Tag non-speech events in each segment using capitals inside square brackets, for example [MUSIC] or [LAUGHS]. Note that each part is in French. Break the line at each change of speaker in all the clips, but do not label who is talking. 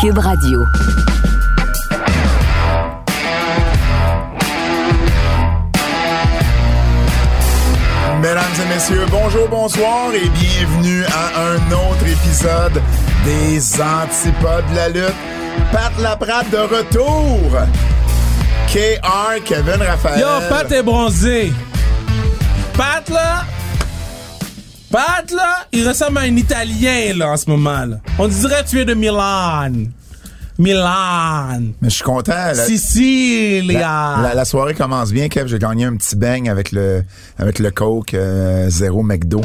Cube Radio.
Mesdames et messieurs, bonjour, bonsoir et bienvenue à un autre épisode des Antipodes de la lutte. Pat Laprade de retour. KR Kevin Raphaël.
Yo, Pat est bronzé. Pat, là. Pat, là, il ressemble à un Italien, là, en ce moment, là. On dirait que tu es de Milan. Milan.
Mais je suis content. La,
Sicilia.
la- la- la soirée commence bien, Kev. J'ai gagné un petit bang avec le, avec le Coke euh, Zéro McDo.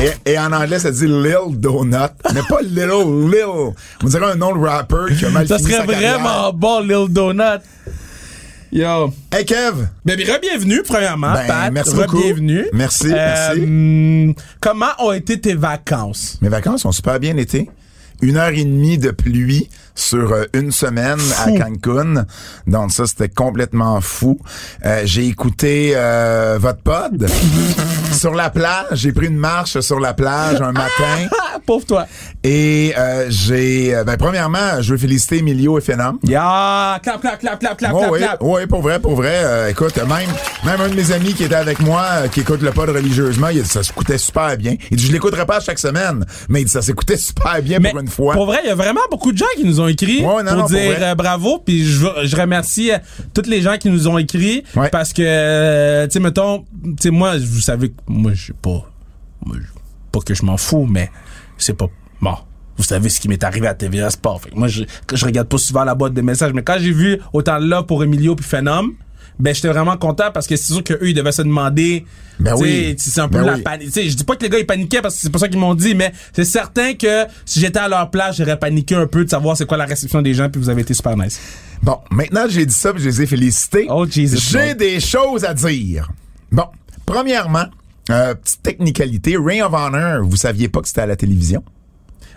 Et, et en anglais, ça dit Lil Donut, mais pas Little Lil. On dirait un nom de rapper qui a mal
Ça
fini
serait
sa carrière.
vraiment bon, Lil Donut. Yo.
Hey Kev,
Ben, ben, bienvenue, premièrement,
Ben,
Pat.
merci beaucoup.
Bienvenue.
Merci,
Comment ont été tes vacances? [LAUGHS]
mes vacances ont super bien été. Une heure et demie de pluie sur euh, une semaine à Cancun. Donc ça, c'était complètement fou. Euh, j'ai écouté euh, votre pod sur la plage. J'ai pris une marche sur la plage un matin.
Ah, pauvre toi.
Et euh, j'ai... euh, ben, premièrement, je veux féliciter Emilio et Phenom.
Ya, clap, clap, clap, clap, clap,
Oh, Oui,
clap,
oui,
clap.
oui, pour vrai, pour vrai. Euh, écoute, même, même un de mes amis qui était avec moi, euh, qui écoute le pod religieusement, il a dit, ça s'écoutait super bien. Il dit, je l'écouterai pas chaque semaine, mais il dit, ça s'écoutait super bien pour une fois.
pour vrai, il y a vraiment beaucoup de gens qui nous ont écrit
Ouais, non,
pour
non, pour
dire
vrai.
euh, bravo. Puis je, veux- je remercie euh, toutes les gens qui nous ont écrit
Ouais.
parce que, euh, tu sais, mettons, tu sais, moi, vous savez que moi, je suis pas, moi, je- pas que je m'en fous, mais c'est pas bon. Vous savez ce qui m'est arrivé à TVA Sport. Fait que moi, je, que je regarde pas souvent la boîte de messages, mais quand j'ai vu autant de là pour Emilio puis Phenom, ben j'étais vraiment content parce que c'est sûr que eux ils devaient se demander
Ben
tu sais,
oui.
si c'est un peu
Ben
la
oui.
panique. Tu sais, je dis pas que les gars ils paniquaient parce que c'est pas ça qu'ils m'ont dit, mais c'est certain que si j'étais à leur place, j'aurais paniqué un peu de savoir c'est quoi la réception des gens, puis vous avez été super nice.
Bon, maintenant que j'ai dit ça, puis je les ai félicités.
Oh, Jesus,
J'ai
Lord.
des choses à dire. Bon, premièrement, euh, petite technicalité, Ring of Honor, vous saviez pas que c'était à la télévision?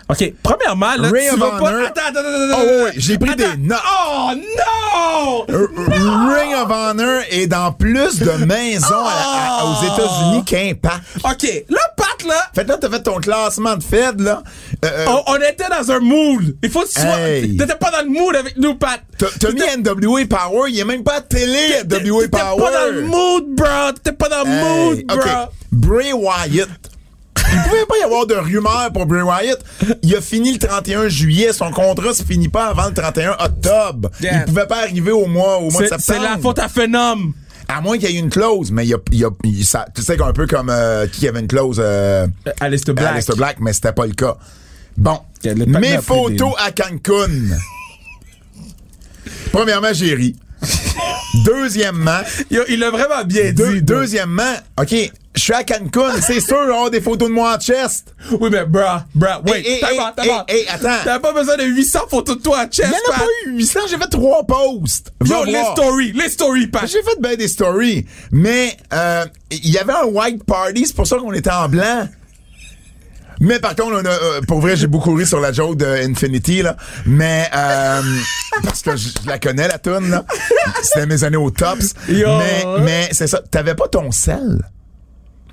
OK, premièrement, là,
Ring
tu
of
vas pas...
Honor.
Attends, attends, attends,
Oh,
attends.
oui, j'ai pris des notes.
Oh, non!
Euh, [LAUGHS] Ring of Honor est dans plus de maisons à- à- aux
Ah!
États-Unis qu'Impact.
OK, là, Pat, là,
Fait que là, t'as fait ton classement de Fed, là. Euh, euh,
on, on était dans un mood. Il faut que tu sois...
Hey.
T'étais pas dans le mood avec nous, Pat.
t'as- t'as mis NWA Power, il est même pas à télé, NWA Power.
T'étais pas dans le mood, bro. T'étais pas dans le
Hey,
mood, bro.
ok. Bray Wyatt. Il pouvait pas y avoir de rumeur pour Bray Wyatt. Il a fini le 31 juillet. Son contrat se finit pas avant le 31 octobre.
Yeah.
Il pouvait pas arriver au mois, au mois de
C'est-
septembre.
C'est la faute à Phenom.
À moins qu'il y ait une clause, mais il y a, il y a- il- ça- tu sais, un peu comme euh, qui avait une clause, euh,
Alistair Black.
Aleister Black, mais c'était pas le cas. Bon.
Yeah, le Pac-Man
Mes
a pris
photos à [LAUGHS] Cancun. Premièrement, j'ai ri. Deuxièmement,
Yo, il l'a vraiment bien
deux-
dit. bro.
deuxièmement, OK, je suis à Cancun, c'est sûr, il va y avoir des photos de moi en chest.
Oui, mais bro, bro, wait,
hey,
t'as
hey,
pas, t'as
hey,
pas.
hey, eh, attends.
T'as pas besoin de 800 photos de toi à chest,
Il n'y en a
Pat.
pas eu 800, j'ai fait trois posts. Va
Yo, les
voir.
stories, les stories, Pat.
J'ai fait bien des stories, mais euh, il y avait un white party, c'est pour ça qu'on était en blanc. Mais par contre, on a, euh, pour vrai, j'ai beaucoup ri sur la joke de Infinity, là. Mais,
[LAUGHS]
euh, parce que je je la connais, la toune, là. C'était mes années au tops.
Yo.
Mais, mais c'est ça. T'avais pas ton sel.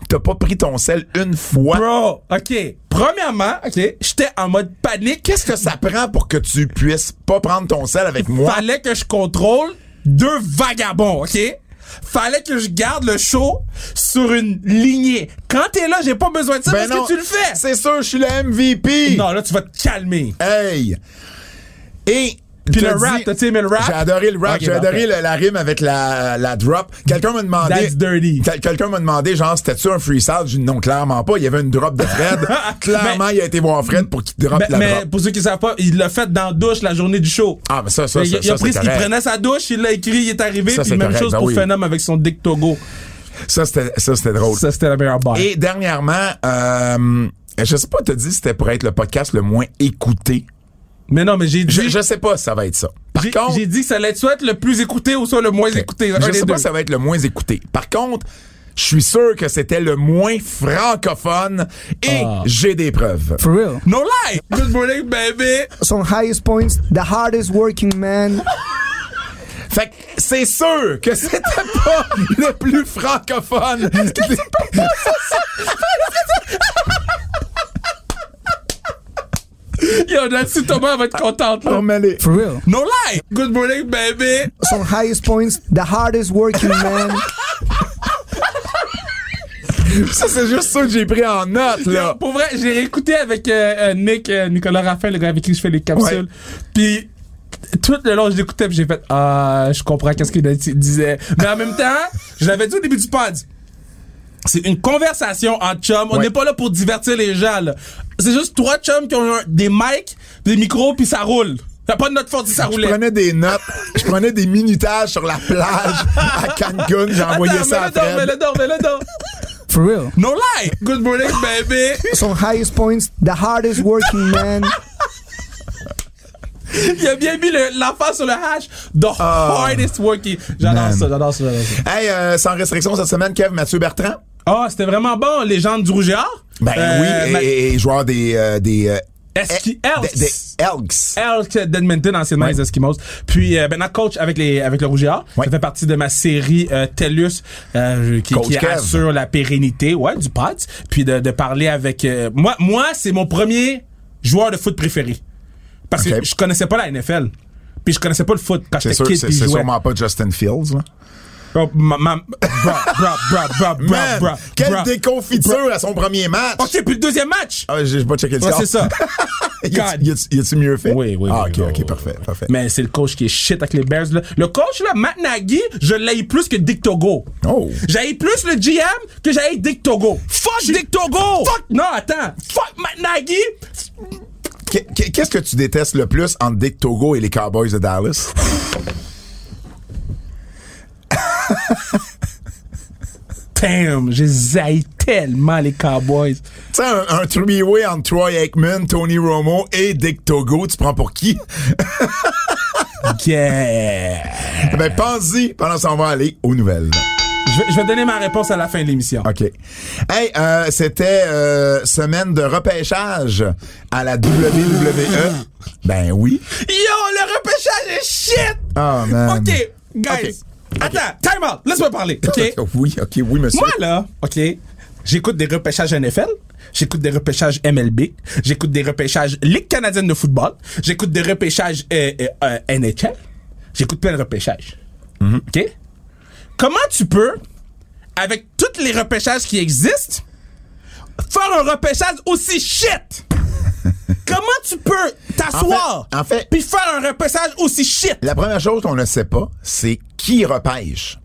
T'as pas pris ton sel une fois.
Bro, ok. Premièrement, ok, j'étais en mode panique.
Qu'est-ce que ça prend pour que tu puisses pas prendre ton sel avec moi?
Fallait que je contrôle deux vagabonds, ok? Fallait que je garde le show sur une lignée. Quand t'es là, j'ai pas besoin de ça
Ben
parce
non,
que tu le fais.
C'est sûr, je suis le MVP.
Non, là, tu vas te calmer.
Hey! Et.
Puis
t'as
le rap,
dit-
t'as-tu aimé le rap?
J'ai adoré le rap,
Ok,
j'ai
parfait.
adoré le- la rime avec la, la drop. Quelqu'un m'a demandé.
That's dirty.
Quel- Quelqu'un m'a demandé, genre, c'était-tu un freestyle? J'ai dit non, clairement pas. Il y avait une drop de Fred.
[LAUGHS]
clairement, il a été voir Fred pour qu'il drop
Ben,
la
mais
drop.
pour ceux qui savent pas, il l'a fait dans la douche la journée du show.
Ah, mais ça, ça,
Il-
ça,
il,
ça,
a pris,
c'est
il
correct.
prenait sa douche, il l'a écrit, il est arrivé,
Ça,
puis
c'est
même
correct,
chose
ben
pour
oui.
Phenom avec son Dick Togo.
Ça, c'était ça, c'était drôle.
Ça, c'était la meilleure barre.
Oh. Et dernièrement, euh, je sais pas, t'as dit c'était pour être le podcast le moins écouté.
Mais non, mais j'ai dit.
Je, je sais pas si ça va être ça. Par
j'ai-
contre,
J'ai dit que ça allait être soit le plus écouté ou soit le moins écouté.
je
un des
sais
deux.
pas si ça va être le moins écouté. Par contre, je suis sûr que c'était le moins francophone et
Ah.
j'ai des preuves.
For real.
No lie! Good morning, baby! [LAUGHS]
Some highest points, the hardest working man.
Fait que c'est sûr que c'était [LAUGHS] pas le plus francophone. des-
Yo, Nancy Thomas va être contente, là.
For real.
No lie! Good morning, baby!
Some highest points, the hardest working
[LAUGHS]
man.
Ça, c'est juste ça que j'ai pris en note, là.
Pour vrai, j'ai réécouté avec euh, euh, Nick, euh, Nicolas Raffin, le gars avec qui je fais les capsules. Puis tout le long, je l'écoutais, puis j'ai fait Ah, je comprends qu'est-ce qu'il dit- disait. Mais en même temps, je l'avais dit au début du pod. C'est une conversation entre chums. On
Ouais.
n'est pas là pour divertir les gens. là. C'est juste trois chums qui ont un- des mics, des micros, puis ça roule. C'est pas de notre faute si ça
Je
roulait.
prenais des notes, je prenais des minutages sur la plage à Cancun, j'ai envoyé
Attends,
ça à
mets-le donc,
Fred.
mets-le donc, mets-le donc.
For real.
No lie! Good morning, baby!
Some highest points, the hardest working man.
Il a bien mis le- l'enfant sur le hash. The hardest working. J'adore
Ah. Man.
ça, j'adore ça, j'adore ça.
Hey, euh, sans restriction cette semaine, Kev, Mathieu Bertrand.
Ah, c'était vraiment bon, Légende du Rouge et Or.
Ben
Euh,
oui,
ma-
et, et joueur des... euh, des euh,
Esqui-
eh,
Elks.
des- des Elks.
Elk d'Edmonton, anciennement les Eskimos. Puis euh, maintenant, coach avec, les, avec le Rouge et Or.
Ouais.
Ça fait partie de ma série euh, TELUS euh, qui,
Coach
qui
Kev.
assure la pérennité ouais, du pod. Puis de, de parler avec... euh, moi, moi c'est mon premier joueur de foot préféré. Parce
Ok.
que je connaissais pas la NFL. Puis je connaissais pas le foot quand
C'est
j'étais
sûr,
kid.
c'est
puis je
c'est
jouais.
sûrement pas Justin Fields. Là.
Oh, ma, ma, bra, bra, bra, bra, bra,
Man,
bra,
quelle
bra.
déconfiture à son premier match!
OK, puis le deuxième match.
Ah, j'ai j'ai pas checké le
Ouais,
score.
c'est ça.
[LAUGHS] Y
God.
a-tu- y a-tu- y a-tu mieux fait?
Oui, oui,
Ah,
oui,
ok,
oui,
ok,
oui,
parfait, parfait.
Mais c'est le coach qui est shit avec les Bears. Là. Le coach, là, Matt Nagy, je l'ai plus que Dick Togo.
Oh.
J'haïs plus le GM que j'haïs Dick Togo. Fuck Dick Togo! Fuck! Non, attends. Fuck Matt Nagy!
Qu'est- qu'est- Qu'est-ce que tu détestes le plus entre Dick Togo et les Cowboys de Dallas? [LAUGHS]
Damn, je les haïs tellement, les Cowboys.
Tu sais, un, un three-way entre Troy Aikman, Tony Romo et Dick Togo, tu prends pour qui?
Yeah!
ben, pense-y pendant qu'on va aller aux nouvelles.
Je vais, je vais donner ma réponse à la fin de l'émission.
OK. Hey, euh, c'était euh, semaine de repêchage à la WWE. ben oui.
Yo, le repêchage est shit!
Ah, man.
OK, guys. Attends, time out. Laisse-moi parler, OK?
[LAUGHS] oui, OK, oui, monsieur.
Moi, là, OK, j'écoute des repêchages NFL, j'écoute des repêchages MLB, j'écoute des repêchages Ligue canadienne de football, j'écoute des repêchages euh, euh, euh, NHL, j'écoute plein de repêchages.
Mm-hmm.
OK? Comment tu peux, avec tous les repêchages qui existent, faire un repêchage
[LAUGHS]
aussi shit? Comment tu peux t'asseoir
En fait- en fait-
puis faire un repêchage aussi shit?
La première chose qu'on ne sait pas, c'est qui repêche.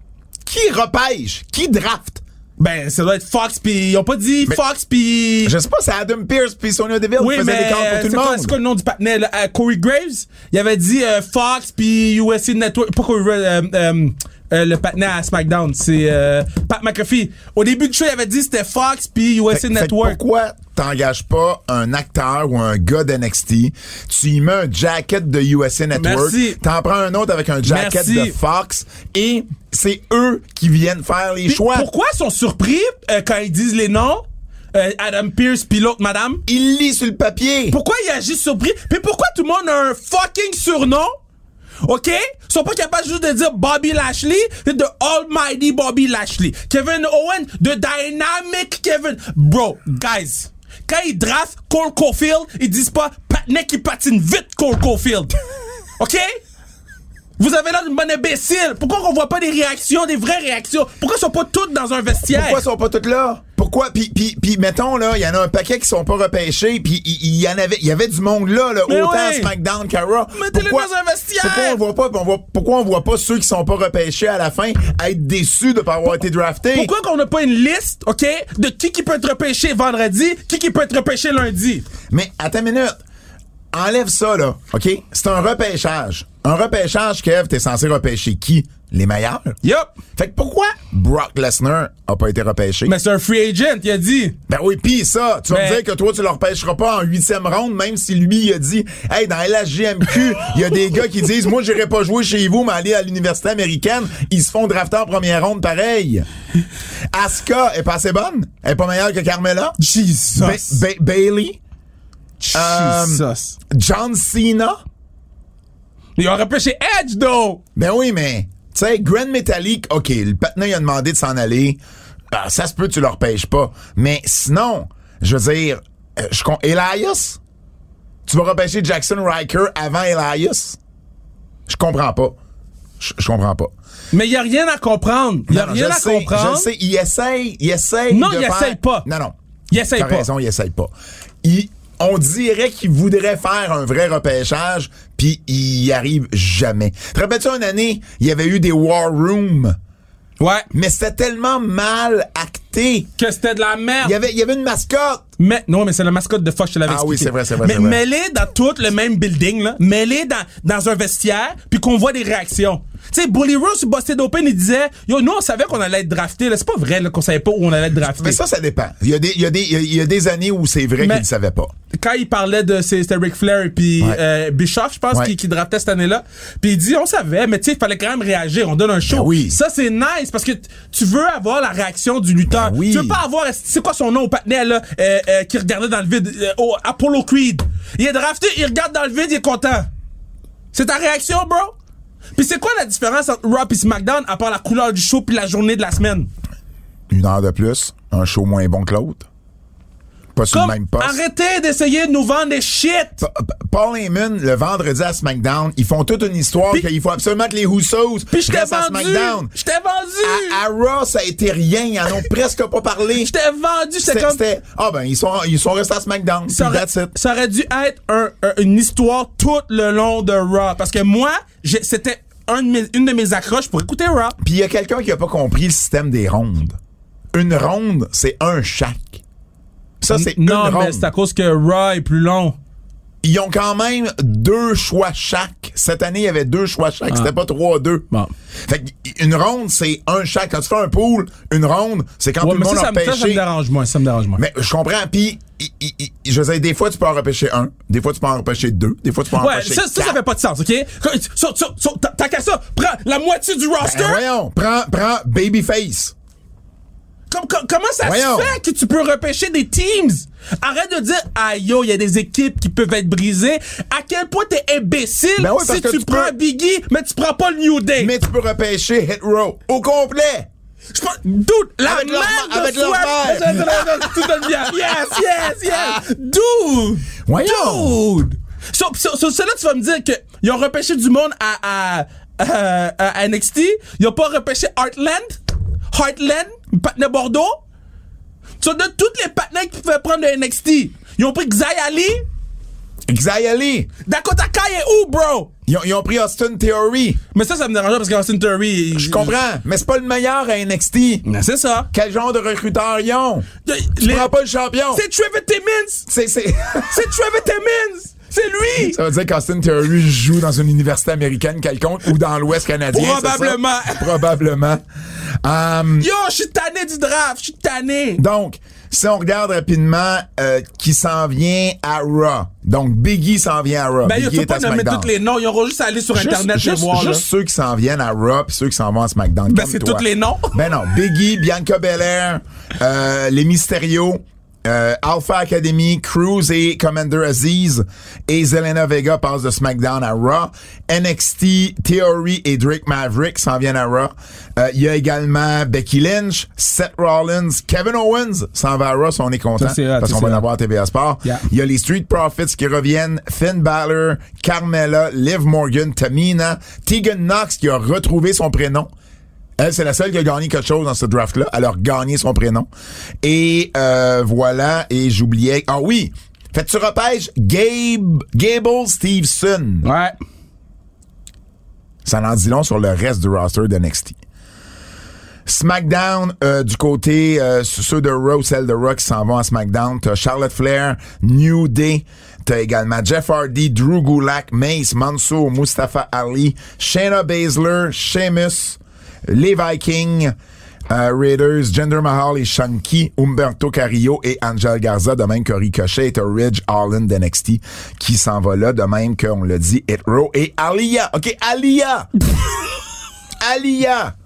Qui repêche? Qui draft?
Ben, ça doit être Fox, puis ils ont pas dit
Mais-
Fox, puis...
Ben, Je sais pas, c'est Adam Pierce puis Sonia Deville
Oui,
qui faisaient
mais euh,
les comptes pour tout
c'est
le
quoi, c'est
monde.
quoi le nom du partenaire? là? Euh, Corey Graves, il avait dit euh, Fox puis USA Network. Pas Corey Graves, euh, euh, euh, le partenaire à SmackDown, c'est euh, Pat McAfee. Au début du show, il avait dit c'était Fox puis USA
Fait- fait que
Network.
pourquoi t'engages pas un acteur ou un gars d'NXT, tu y mets un jacket de USA Network,
Merci.
t'en prends un autre avec un jacket
Merci.
de Fox et c'est eux qui viennent faire les
Puis
choix.
Pourquoi ils sont surpris euh, quand ils disent les noms? Euh, Adam Pierce puis l'autre madame.
Il lit sur le papier.
Pourquoi il agit surpris? Puis pourquoi tout le monde a un fucking surnom? OK? Ils sont pas capables juste de dire Bobby Lashley, c'est de Almighty Bobby Lashley. Kevin Owen, de Dynamic Kevin. Bro, guys, quand ils draftent Cole Caulfield, ils disent pas Patney qui patine vite Cole Caulfield. OK? Vous avez l'air d'une bonne imbécile. Pourquoi on voit pas des réactions, des vraies réactions? Pourquoi ils sont pas toutes dans un vestiaire?
Pourquoi sont pas toutes là? Pourquoi? Puis, puis, puis mettons, là, il y en a un paquet qui sont pas repêchés, puis il il y en avait, il y avait du monde là, là
Mais
autant
ouais.
SmackDown qu'Ara.
Mettez-les
Pourquoi-
dans un vestiaire.
Pourquoi on voit pas, on voit, pourquoi on voit pas ceux qui sont pas repêchés à la fin être déçus de pas avoir été draftés?
Pourquoi qu'on n'a pas une liste, OK, de qui qui peut être repêché vendredi, qui qui peut être repêché lundi?
Mais attends une minute. Enlève ça, là, OK? C'est un repêchage. Un repêchage, Kev, t'es censé repêcher qui? les meilleurs.
Yup!
Fait que pourquoi Brock Lesnar a pas été repêché?
Mais c'est un free agent, il a dit.
Ben oui, pis ça, tu vas
Mais-
me dire que toi, tu le repêcheras pas en huitième ronde, même si lui, il a dit, hey, dans LHJMQ, il y a des gars qui disent, moi, j'irai pas jouer chez vous, mais aller à l'université américaine, ils se font drafter en première ronde pareil. Asuka est pas assez bonne? Elle est pas meilleure que Carmela?
Jesus.
Ba- Ba- Bailey?
Jesus.
John Cena?
Ils ont repêché Edge, though.
Ben oui, mais, tu sais, Grand Metallic, OK, le patin, il a demandé de s'en aller. Ah, ça se peut, tu le repêches pas. Mais sinon, je veux dire, euh, je con- Elias? Tu vas repêcher Jackson Riker avant Elias? Je comprends pas. Je je comprends pas.
Mais il n'y a rien à comprendre. Il n'y a
Non, non,
rien
je
à
le sais, Je
comprendre.
le sais, il essaye, il essaye.
Non,
de
il
faire-
essaye pas.
Non, non.
Il essaye
T'as
pas.
raison, il essaye pas. Il- on dirait qu'il voudrait faire un vrai repêchage, puis il y arrive jamais. Te rappelles-tu une année, il y avait eu des War Rooms,
Ouais.
mais c'était tellement mal acté.
Que c'était de la merde.
Il y avait, il y avait une mascotte.
Mais, non, mais c'est la mascotte de Foch, je te l'avais
Ah oui,
expliqué.
c'est vrai, c'est vrai,
Mais
c'est vrai.
mêlée dans tout le même building, là. Mêlée dans, dans un vestiaire, puis qu'on voit des réactions. Tu sais, Bully Rose sur Busted Open, il disait, yo, nous, on savait qu'on allait être drafté, là. C'est pas vrai, là, qu'on savait pas où on allait être drafté.
Mais ça, ça dépend. Il y a des, il y a des, il y a- il y a des années où c'est vrai
Mais-
qu'il ne savait pas.
quand il parlait de c'est- c'était Ric Flair et puis
Ouais.
euh, Bischoff, je pense,
Ouais.
qui, qui draftait cette année-là. Puis il dit, on savait, mais tu sais, il fallait quand même réagir. On donne un show.
Ben oui.
Ça, c'est nice parce que t- tu veux avoir la réaction du lutteur.
Ben oui.
Tu veux pas avoir, c'est quoi son nom au patinet, là, euh, euh, qui regardait dans le vide, euh, oh, Apollo Creed. Il est drafté, il regarde dans le vide, il est content. C'est ta réaction, bro? Puis c'est quoi la différence entre Raw et SmackDown à part la couleur du show puis la journée de la semaine?
Une heure de plus, un show moins bon que l'autre. Pas sur
Comme,
le même poste.
arrêtez d'essayer de nous vendre des shit!
Pa- pa- Paul Heyman, le vendredi à SmackDown, ils font toute une histoire
Puis-
qu'il faut absolument que les Hussos
Puis je t'ai
restent à
vendu!
SmackDown.
Je t'ai vendu!
À, à Raw, ça a été rien. Ils en ont presque pas parlé.
Je t'ai vendu, c'était
C'était-
comme.
c'était- Ah ben, ils sont, ils sont restés à SmackDown.
Ça aurait,
That's it.
ça aurait dû être un- un- une histoire tout le long de Raw. Parce que moi, j'ai- c'était un de mes- une de mes accroches pour écouter Raw.
Puis il y a quelqu'un qui a pas compris le système des rondes. Une ronde, c'est un chaque. Ça, c'est une
Non, mais
ronde. Ah,
c'est à cause que Raw est plus long.
Ils ont quand même deux choix chaque. Cette année, il y avait deux choix chaque. C'était pas trois, deux.
Ah. Bon.
Fait que, une ronde, c'est un chaque. Quand tu fais un pool, une ronde, c'est quand
Ouais,
tout le
mais
monde
ça, ça,
a
me- ça, ça me
pêché.
dérange moins. Ça me dérange moins.
Mais je comprends. Puis, il- il- il- je veux dire, des fois, tu peux en repêcher un. Des fois, tu peux en repêcher deux. Des fois, tu peux en
ouais,
repêcher
ça, ça, ça
quatre.
fait pas de sens, OK? So- so- so- t'as- T'as qu'à ça, prends la moitié du roster.
Ben, voyons, prends, prends Babyface.
Com- com- comment ça
Voyons.
se fait que tu peux repêcher des teams? Arrête de dire, ah yo, il y a des équipes qui peuvent être brisées. À quel point t'es imbécile
Ben oui, parce
si
que
tu,
tu
prends
peux-
Biggie, mais tu prends pas le New Day.
Mais tu peux repêcher Hit Row au complet.
Je pense- Dude, la
Avec leur
merde
ma- avec
de
leur
Swerve-
mère.
Tout donne bien. Yes, yes,
Ah.
yes. Dude.
Voyons.
Dude. Sur so, so, cela, tu vas me dire que ils ont repêché du monde à, à, à, à NXT. Ils ont pas repêché Heartland. Heartland, Patna Bordeaux. Tu donnes toutes les patnais qui pouvaient prendre de NXT. Ils ont pris Xayali. Ali.
Xia Li.
Dakota Kai est où, bro?
Ils ont, ils ont pris Austin Theory.
Mais ça, ça me dérange parce qu'Austin Theory. il-
Je comprends, mais c'est pas le meilleur à NXT.
Mais C'est ça.
Quel genre de recruteur ils ont? Tu
Les-
prends pas le champion.
C'est Trevor Timmins.
C'est, c'est...
C'est [LAUGHS] Trevor Timmins! C'est lui!
Ça veut dire qu'Austin Theory joue dans une université américaine quelconque ou dans l'Ouest canadien. c'est ça?
Probablement.
[LAUGHS] Probablement. Hum,
Yo, je suis tanné du draft, je suis tanné!
Donc, si on regarde rapidement euh, qui s'en vient à Raw. Donc, Biggie s'en vient à Raw.
Ben, yo,
Ah, Biggie
tu
est
pas
à
nommer
SmackDown.
tous les noms, ils auront juste à aller sur
Juste-
Internet
juste,
et voir,
juste
là.
ceux qui s'en viennent à Raw puis ceux qui s'en vont à SmackDown.
Ben,
comme
c'est
toi.
tous les noms.
Ben non. Biggie, Bianca Belair, euh, les Mysterio, euh, Alpha Academy, Cruz et Commander Aziz et Zelena Vega passent de SmackDown à Raw. NXT, Theory et Drake Maverick s'en viennent à Raw. Euh, Il y a également Becky Lynch, Seth Rollins, Kevin Owens s'en va à Raw, ça, on est content
Ça, c'est hot,
parce
ça,
qu'on
c'est
va
hot.
l'avoir à TVA Sport.
Yeah.
Il y a les Street Profits qui reviennent, Finn Balor, Carmella, Liv Morgan, Tamina, Tegan Knox qui a retrouvé son prénom. Elle, c'est la seule qui a gagné quelque chose dans ce draft-là. Elle a gagné son prénom. Et euh, voilà, et j'oubliais... Ah oui! Fait que tu repêches Gabe, Gable Stevenson.
Ouais.
Ça en dit long sur le reste du roster de NXT. SmackDown, euh, du côté euh, ceux de Raw, celles de Rock s'en vont à SmackDown. T'as Charlotte Flair, New Day. T'as également Jeff Hardy, Drew Gulak, Mace, Mansour, Mustafa Ali, Shayna Baszler, Sheamus, les Vikings, euh, Raiders, Jinder Mahal et Shanky, Humberto Carrillo et Angel Garza, de même que Ricochet et Ridge Holland d'NXT qui s'en va là, de même qu'on l'a dit, Hit Row et Alia. OK, [LAUGHS] Alia! Alia!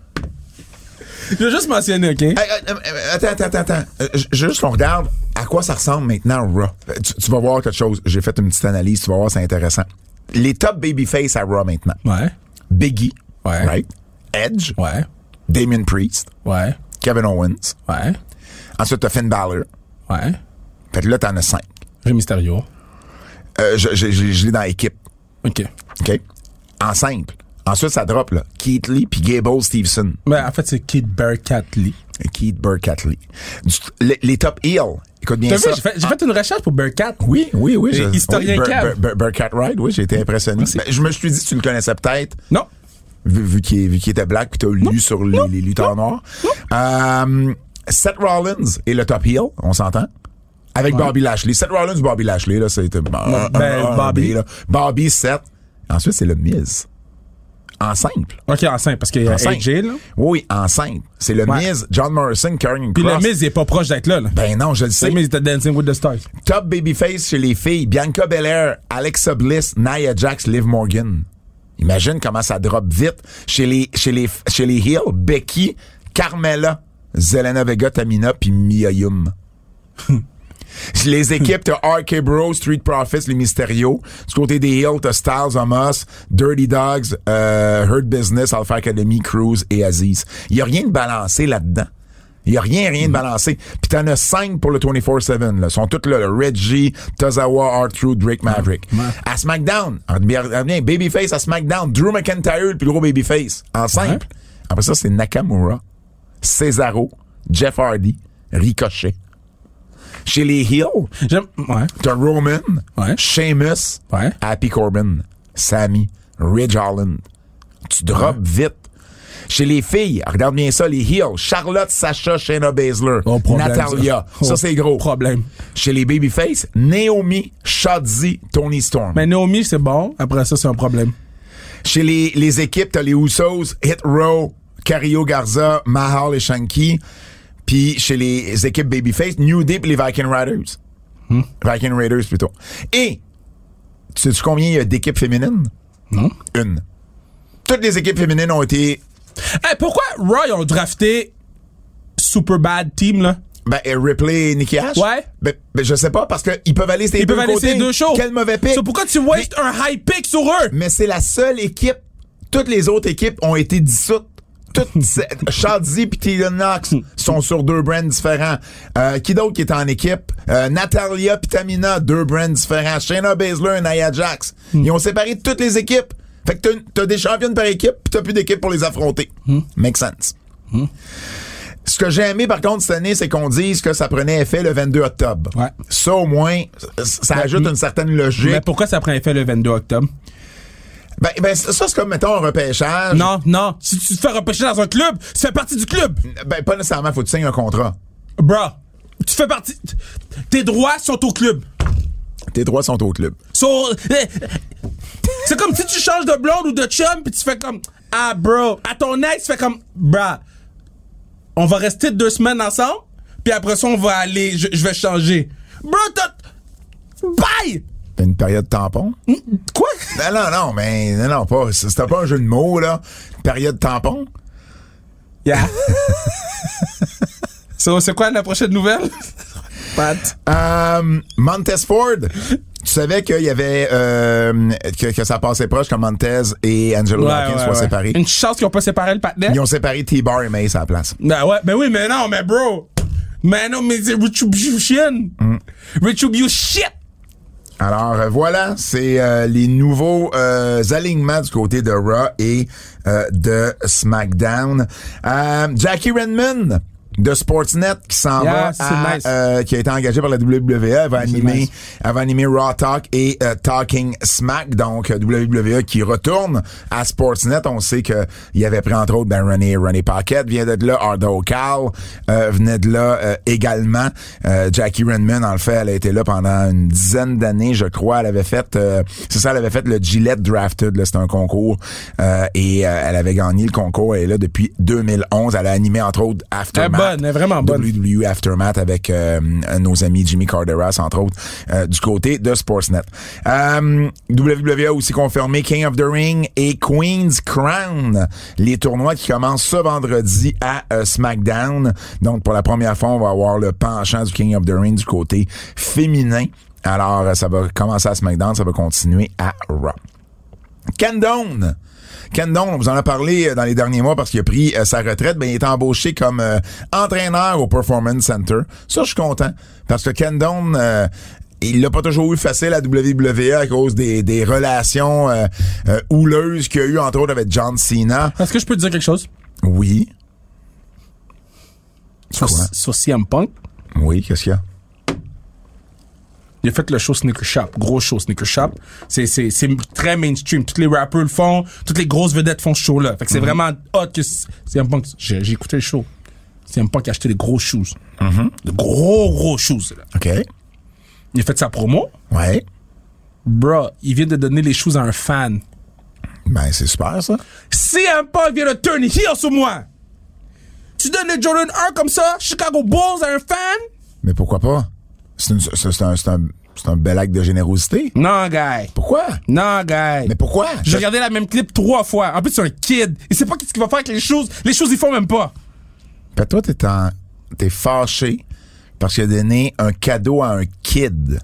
Je veux juste mentionner, OK?
Hey, euh, euh, attends, attends, attends, attends. Euh, j- juste qu'on regarde à quoi ça ressemble maintenant Raw. Euh, Tu, tu vas voir quelque chose. J'ai fait une petite analyse. Tu vas voir, c'est intéressant. Les top babyface à Raw maintenant.
Ouais.
Biggie.
Ouais.
Right? Edge.
Ouais.
Damien Priest.
Ouais.
Kevin Owens.
Ouais.
Ensuite, t'as Finn Balor.
Ouais.
Fait que là, t'en as cinq.
J'ai Mysterio.
Euh, je, je, je- je l'ai dans l'équipe.
OK.
OK? En simple. Ensuite, ça drop, là. Keith Lee puis Gable Stevenson.
Mais Ben, en fait, c'est Kid Bearcat Lee.
Keith Burkett Lee. Du- Les, les top heels. Écoute bien
T'as
ça.
vu, j'ai fait, j'ai fait une recherche pour Bearcat.
Oui, oui, oui.
Et historien
oui, Bur-
cave.
Bur- Bur- Burkhart Wright, oui, j'ai été impressionné. Ben, je me suis dit, tu le connaissais peut-être,
Non.
vu, vu qu'il est- vu qu'il était black, puis tu as lu sur les, les lutteurs noirs. Euh, Seth Rollins est le top heel, on s'entend? Avec Bobby Lashley. Seth Rollins, Bobby Lashley, là, c'est euh, un-
ben,
un- un
Bobby.
B, là. Bobby, Seth. Ensuite, c'est le Miz. En simple.
OK, en simple, parce qu'il y Euh, a
En simple.
AJ, là.
Oui, en simple. C'est le
Ouais.
Miz, John Morrison, Karen
Puis le
Cross.
Miz, il est pas proche d'être là, là.
Ben non, je le sais.
Le Miz était Dancing with the Stars.
Top babyface chez les filles, Bianca Belair, Alexa Bliss, Nia Jax, Liv Morgan. Imagine comment ça drop vite chez les chez les chez les heels, Becky, Carmella, Zelena Vega, Tamina puis Mia Yum. Chez [LAUGHS] Les équipes, t'as RK Bro, Street Profits, les Mysterio. Du côté des Hills, t'as Styles, Amos, Dirty Dogs, euh, Hurt Business, Alpha Academy, Cruise et Aziz. Il y a rien de balancé là-dedans. Il y a rien, rien de balancé. Puis t'en as cinq pour le 24-7. là. Ils sont tous là. là. Reggie, Tozawa, R-Truth, Drake Maverick. À SmackDown, Ah, bien, Babyface à SmackDown, Drew McIntyre, le plus gros Babyface. En simple. Après ça, c'est Nakamura, Cesaro, Jeff Hardy, Ricochet. Chez les Hills,
J'aime. Ouais.
T'as Roman,
Ouais.
Sheamus,
Ouais.
Happy Corbin, Sammy, Ridge Holland. Tu drops vite. Chez les filles, regarde bien ça, les heels. Charlotte, Sacha, Shayna Baszler,
Oh, problème,
Natalia.
ça.
Ça,
Oh,
c'est gros.
problème.
Chez les babyface, Naomi, Shotzi, Tony Storm.
Mais Naomi, c'est bon. Après ça, c'est un problème.
Chez les, les équipes, t'as les Usos, Hit Row, Cario Garza, Mahal et Shanky. Puis chez les équipes Babyface, New Day et les Viking Riders.
Hmm.
Viking Raiders plutôt. Et, sais tu combien il y a d'équipes féminines?
Non.
Une. Toutes les équipes féminines ont été.
Hey, pourquoi Roy ont drafté Super Bad Team, là?
Ben, euh, Ripley et Nikki Ash?
Ouais.
Ben, ben, je sais pas parce qu'ils peuvent aller ces
Ils
deux
peuvent aller
côtés.
ces deux shows.
Quel mauvais pic.
So, pourquoi tu wastes un high pick sur eux?
mais c'est la seule équipe. Toutes les autres équipes ont été dissoutes.
[LAUGHS]
Toutes, c'est- Shadzi puis Tegan Knox sont sur deux brands différents. Euh, qui d'autre qui est en équipe? Euh, Natalia puis Tamina, deux brands différents. Shayna Baszler et Nia Jax.
Hmm.
Ils ont séparé toutes les équipes. Fait que t'as- t'as des championnes par équipe puis t'as plus d'équipe pour les affronter.
Hmm.
Make sense. Ce que j'ai aimé, par contre, cette année, c'est qu'on dise que ça prenait effet le 22 octobre.
Ouais. Ben,
Ça, au moins, ça- ça ajoute une certaine logique.
Mais pourquoi ça prend effet le 22 octobre?
Ben, ben, ça, c'est comme, mettons, un repêchage.
Non, non. Si tu te fais repêcher dans un club, tu fais partie du club.
Ben, pas nécessairement, faut que tu signes un contrat.
Bro, tu fais partie. Tes droits sont au club.
Tes droits sont au club.
Sont- eh, C'est comme si tu changes de blonde ou de chum, puis tu fais comme Ah, bro. À ton ex, tu fais comme Bro, on va rester deux semaines ensemble, puis après ça, on va aller. Je, je vais changer. Bro, t'as. Bye!
T'as une période tampon?
Hmm? Quoi?
Non, non, non, mais non, non, pas. C'était pas un jeu de mots, là. Période tampon? [LAUGHS]
Yeah. So, c'est quoi la prochaine nouvelle? Pat.
Euh, Montez Ford. Tu savais qu'il y avait euh, que, que ça passait proche quand Montez et Angelo Dawkins soient séparés.
Une chance qu'ils ont pas séparé le patinet.
Ils ont séparé T-Bar et Mace à la place.
Ben ouais, ben oui, mais non, mais bro. Mais non, mais c'est Retribution.
Mm.
Retribution.
Alors euh, voilà, c'est euh, les nouveaux euh, alignements du côté de Raw et euh, de SmackDown. Euh, Jackie Redmond de Sportsnet qui s'en
Yeah,
va,
c'est
à,
nice.
euh, qui a été engagée par la E WWE. Elle va animer,
nice.
elle va animer Raw Talk et euh, Talking Smack, donc euh, WWE qui retourne à Sportsnet. On sait que il y avait pris entre autres ben, René, René Paquette vient d'être là, Ardo Cal euh, venait de là euh, également. Euh, Jackie Renman, en le fait, elle a été là pendant une dizaine d'années, je crois. Elle avait fait, euh, c'est ça, elle avait fait le Gillette Drafted, là, c'est un concours euh, et euh, elle avait gagné le concours. Elle est là depuis 2011. Elle a animé entre autres After
Elle est
Aftermath.
bonne, elle est vraiment bonne.
WWE Aftermath avec euh, nos amis Jimmy Carderas, entre autres, euh, du côté de Sportsnet. Euh, WWE a aussi confirmé King of the Ring et Queen's Crown, les tournois qui commencent ce vendredi à euh, SmackDown. Donc, pour la première fois, on va avoir le penchant du King of the Ring du côté féminin. Alors, euh, ça va commencer à SmackDown, ça va continuer à Raw. Candone. Candone, on vous en a parlé euh, dans les derniers mois parce qu'il a pris euh, sa retraite. Ben, il est embauché comme euh, entraîneur au Performance Center. Ça, je suis content parce que Candone, euh, il l'a pas toujours eu facile à WWE à cause des, des relations euh, euh, houleuses qu'il y a eu entre autres avec John Cena.
Est-ce que je peux te dire quelque chose?
Oui.
Sur,
Quoi?
sur CM Punk,
Oui, qu'est-ce qu'il y a?
il a fait le show Sneaker Shop. Gros show Sneaker Shop. C'est, c'est, c'est très mainstream. Tous les rappers le font. Toutes les grosses vedettes font ce show-là. Fait que c'est vraiment hot que c- CM Punk. J'ai, j'ai écouté le show. CM Punk a acheté des gros shoes. De gros, gros shoes, là.
OK.
Il a fait sa promo.
Ouais.
Bro, il vient de donner les shoes à un fan.
Ben, c'est super, ça.
CM Punk vient de turn heel sur moi. Tu donnes les Jordan 1 comme ça, Chicago Bulls à un fan?
Mais pourquoi pas? C'est une- c'est- c'est un, c'est un- c'est un bel acte de générosité.
Non, guy.
Pourquoi?
Non, guy.
Mais pourquoi?
J'ai regardé la même clip trois fois. En plus, c'est un kid. Il sait pas qu'est-ce qu'il va faire avec les choses. Les choses, ils font même pas.
Fait que Ben, toi, t'es en... t'es fâché parce qu'il a donné un cadeau à un kid.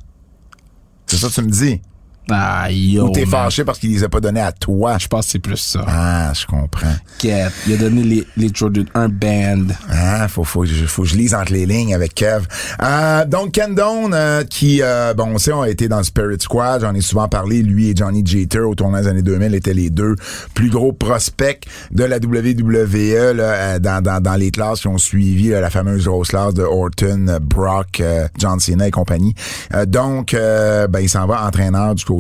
C'est ça que tu me dis?
Ah, yo.
Ou t'es fâché parce qu'il les a pas donnés à toi?
Je pense que c'est plus ça.
Ah, je comprends.
Kid. Il a donné les, les Jordan 1 band.
Ah, faut, faut, que je- faut que je lise entre les lignes avec Kev. Euh, donc, Ken Doan, euh, qui, euh, bon, on sait, on a été dans le Spirit Squad, j'en ai souvent parlé, lui et Johnny Jeter, au tournant des années 2000, étaient les deux plus gros prospects de la WWE là, euh, dans, dans, dans les classes qui ont suivi là, la fameuse grosse classe de Orton, euh, Brock, euh, John Cena et compagnie. Euh, donc, euh, ben, il s'en va entraîneur du côté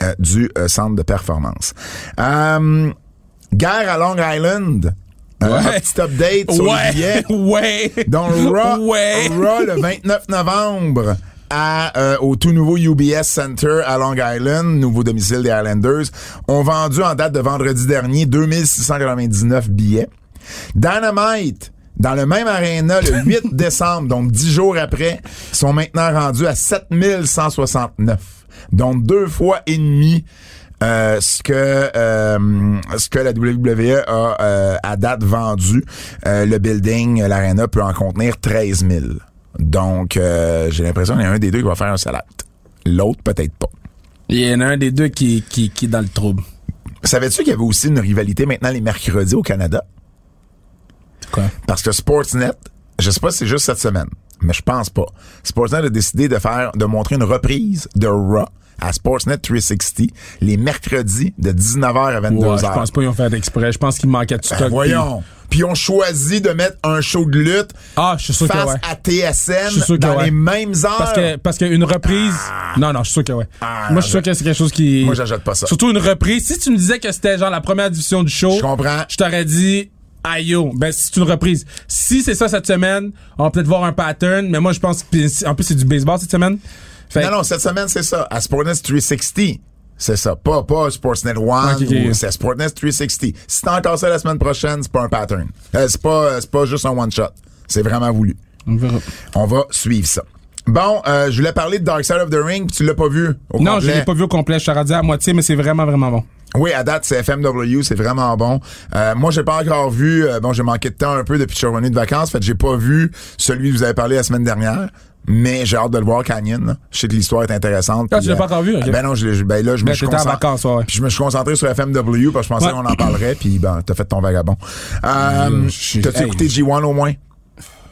euh, du euh, centre de performance. Euh, guerre à Long Island. Euh,
Ouais.
un petit update sur le billet. [LAUGHS]
Ouais. [LAUGHS] Ouais.
Donc, Raw,
[LAUGHS] Ouais.
Raw le 29 novembre à, euh, au tout nouveau UBS Center à Long Island, nouveau domicile des Islanders, ont vendu en date de vendredi dernier 2699 billets. Dynamite, dans le même aréna, le 8 décembre, donc 10 jours après, sont maintenant rendus à 7169. Donc deux fois et demi euh, ce que euh, ce que la WWE a euh, à date vendu. Euh, le building, euh, l'arena peut en contenir 13 000. Donc, euh, j'ai l'impression qu'il y en a un des deux qui va faire un salade. L'autre, peut-être pas.
Il y en a un des deux qui, qui, qui est dans le trouble.
Savais-tu qu'il y avait aussi une rivalité maintenant les mercredis au Canada?
Quoi?
Parce que Sportsnet, je sais pas si c'est juste cette semaine, mais je pense pas. Sportsnet a décidé de faire, de montrer une reprise de Raw à Sportsnet 360 les mercredis de 19h à 22h.
Ouais, je pense pas qu'ils ont fait exprès. Je pense qu'il manquait de stock.
Ben, voyons. Puis on choisit de mettre un show de lutte
Ah, je suis sûr que
face
ouais.
à
Je suis
TSN
sûr que
dans
ouais.
les mêmes heures.
Parce que parce qu'une reprise. Non, non, je suis sûr que ouais.
Ah,
Moi, je suis sûr que c'est quelque chose qui.
Moi, j'ajoute pas ça.
Surtout une reprise. Si tu me disais que c'était genre la première division du show.
Je comprends.
Je t'aurais dit. Aïe, yo. ben c'est une reprise. Si c'est ça cette semaine, on va peut-être voir un pattern, mais moi je pense que en plus c'est du baseball cette semaine. Fait
Non, non, cette semaine, c'est ça. À Sportnet 360. C'est ça. Pas, pas Sportsnet One.
Ok, ok.
ou- C'est Sportnet 360. Si t'as encore ça la semaine prochaine, c'est pas un pattern. Euh, c'est pas, c'est pas juste un one-shot. C'est vraiment voulu.
on verra.
On va suivre ça. Bon, euh, je voulais parler de Dark Side of the Ring, puis tu l'as pas vu. au
Non, je
complet.
l'ai pas vu au complet, je t'aurais dit à moitié, mais c'est vraiment, vraiment bon.
Oui, à date, c'est FMW, c'est vraiment bon. Euh, moi, j'ai pas encore vu. euh, bon, j'ai manqué de temps un peu depuis que je suis revenu de vacances. Fait que j'ai pas vu celui que vous avez parlé la semaine dernière. Mais j'ai hâte de le voir, Canyon. là. Je sais que l'histoire est intéressante.
Ah,
puis,
tu l'as
euh,
pas encore vu, ok.
Ben non, je, l'ai- ben là, je me
Ben,
suis
t'étais en
concentré.
vacances, ouais, ouais.
Puis je me suis concentré sur FMW parce que je pensais
Ouais.
qu'on en parlerait. Puis ben, t'as fait ton vagabond. Euh,
Euh, je-
T'as-tu
hey.
écouté G1 au moins?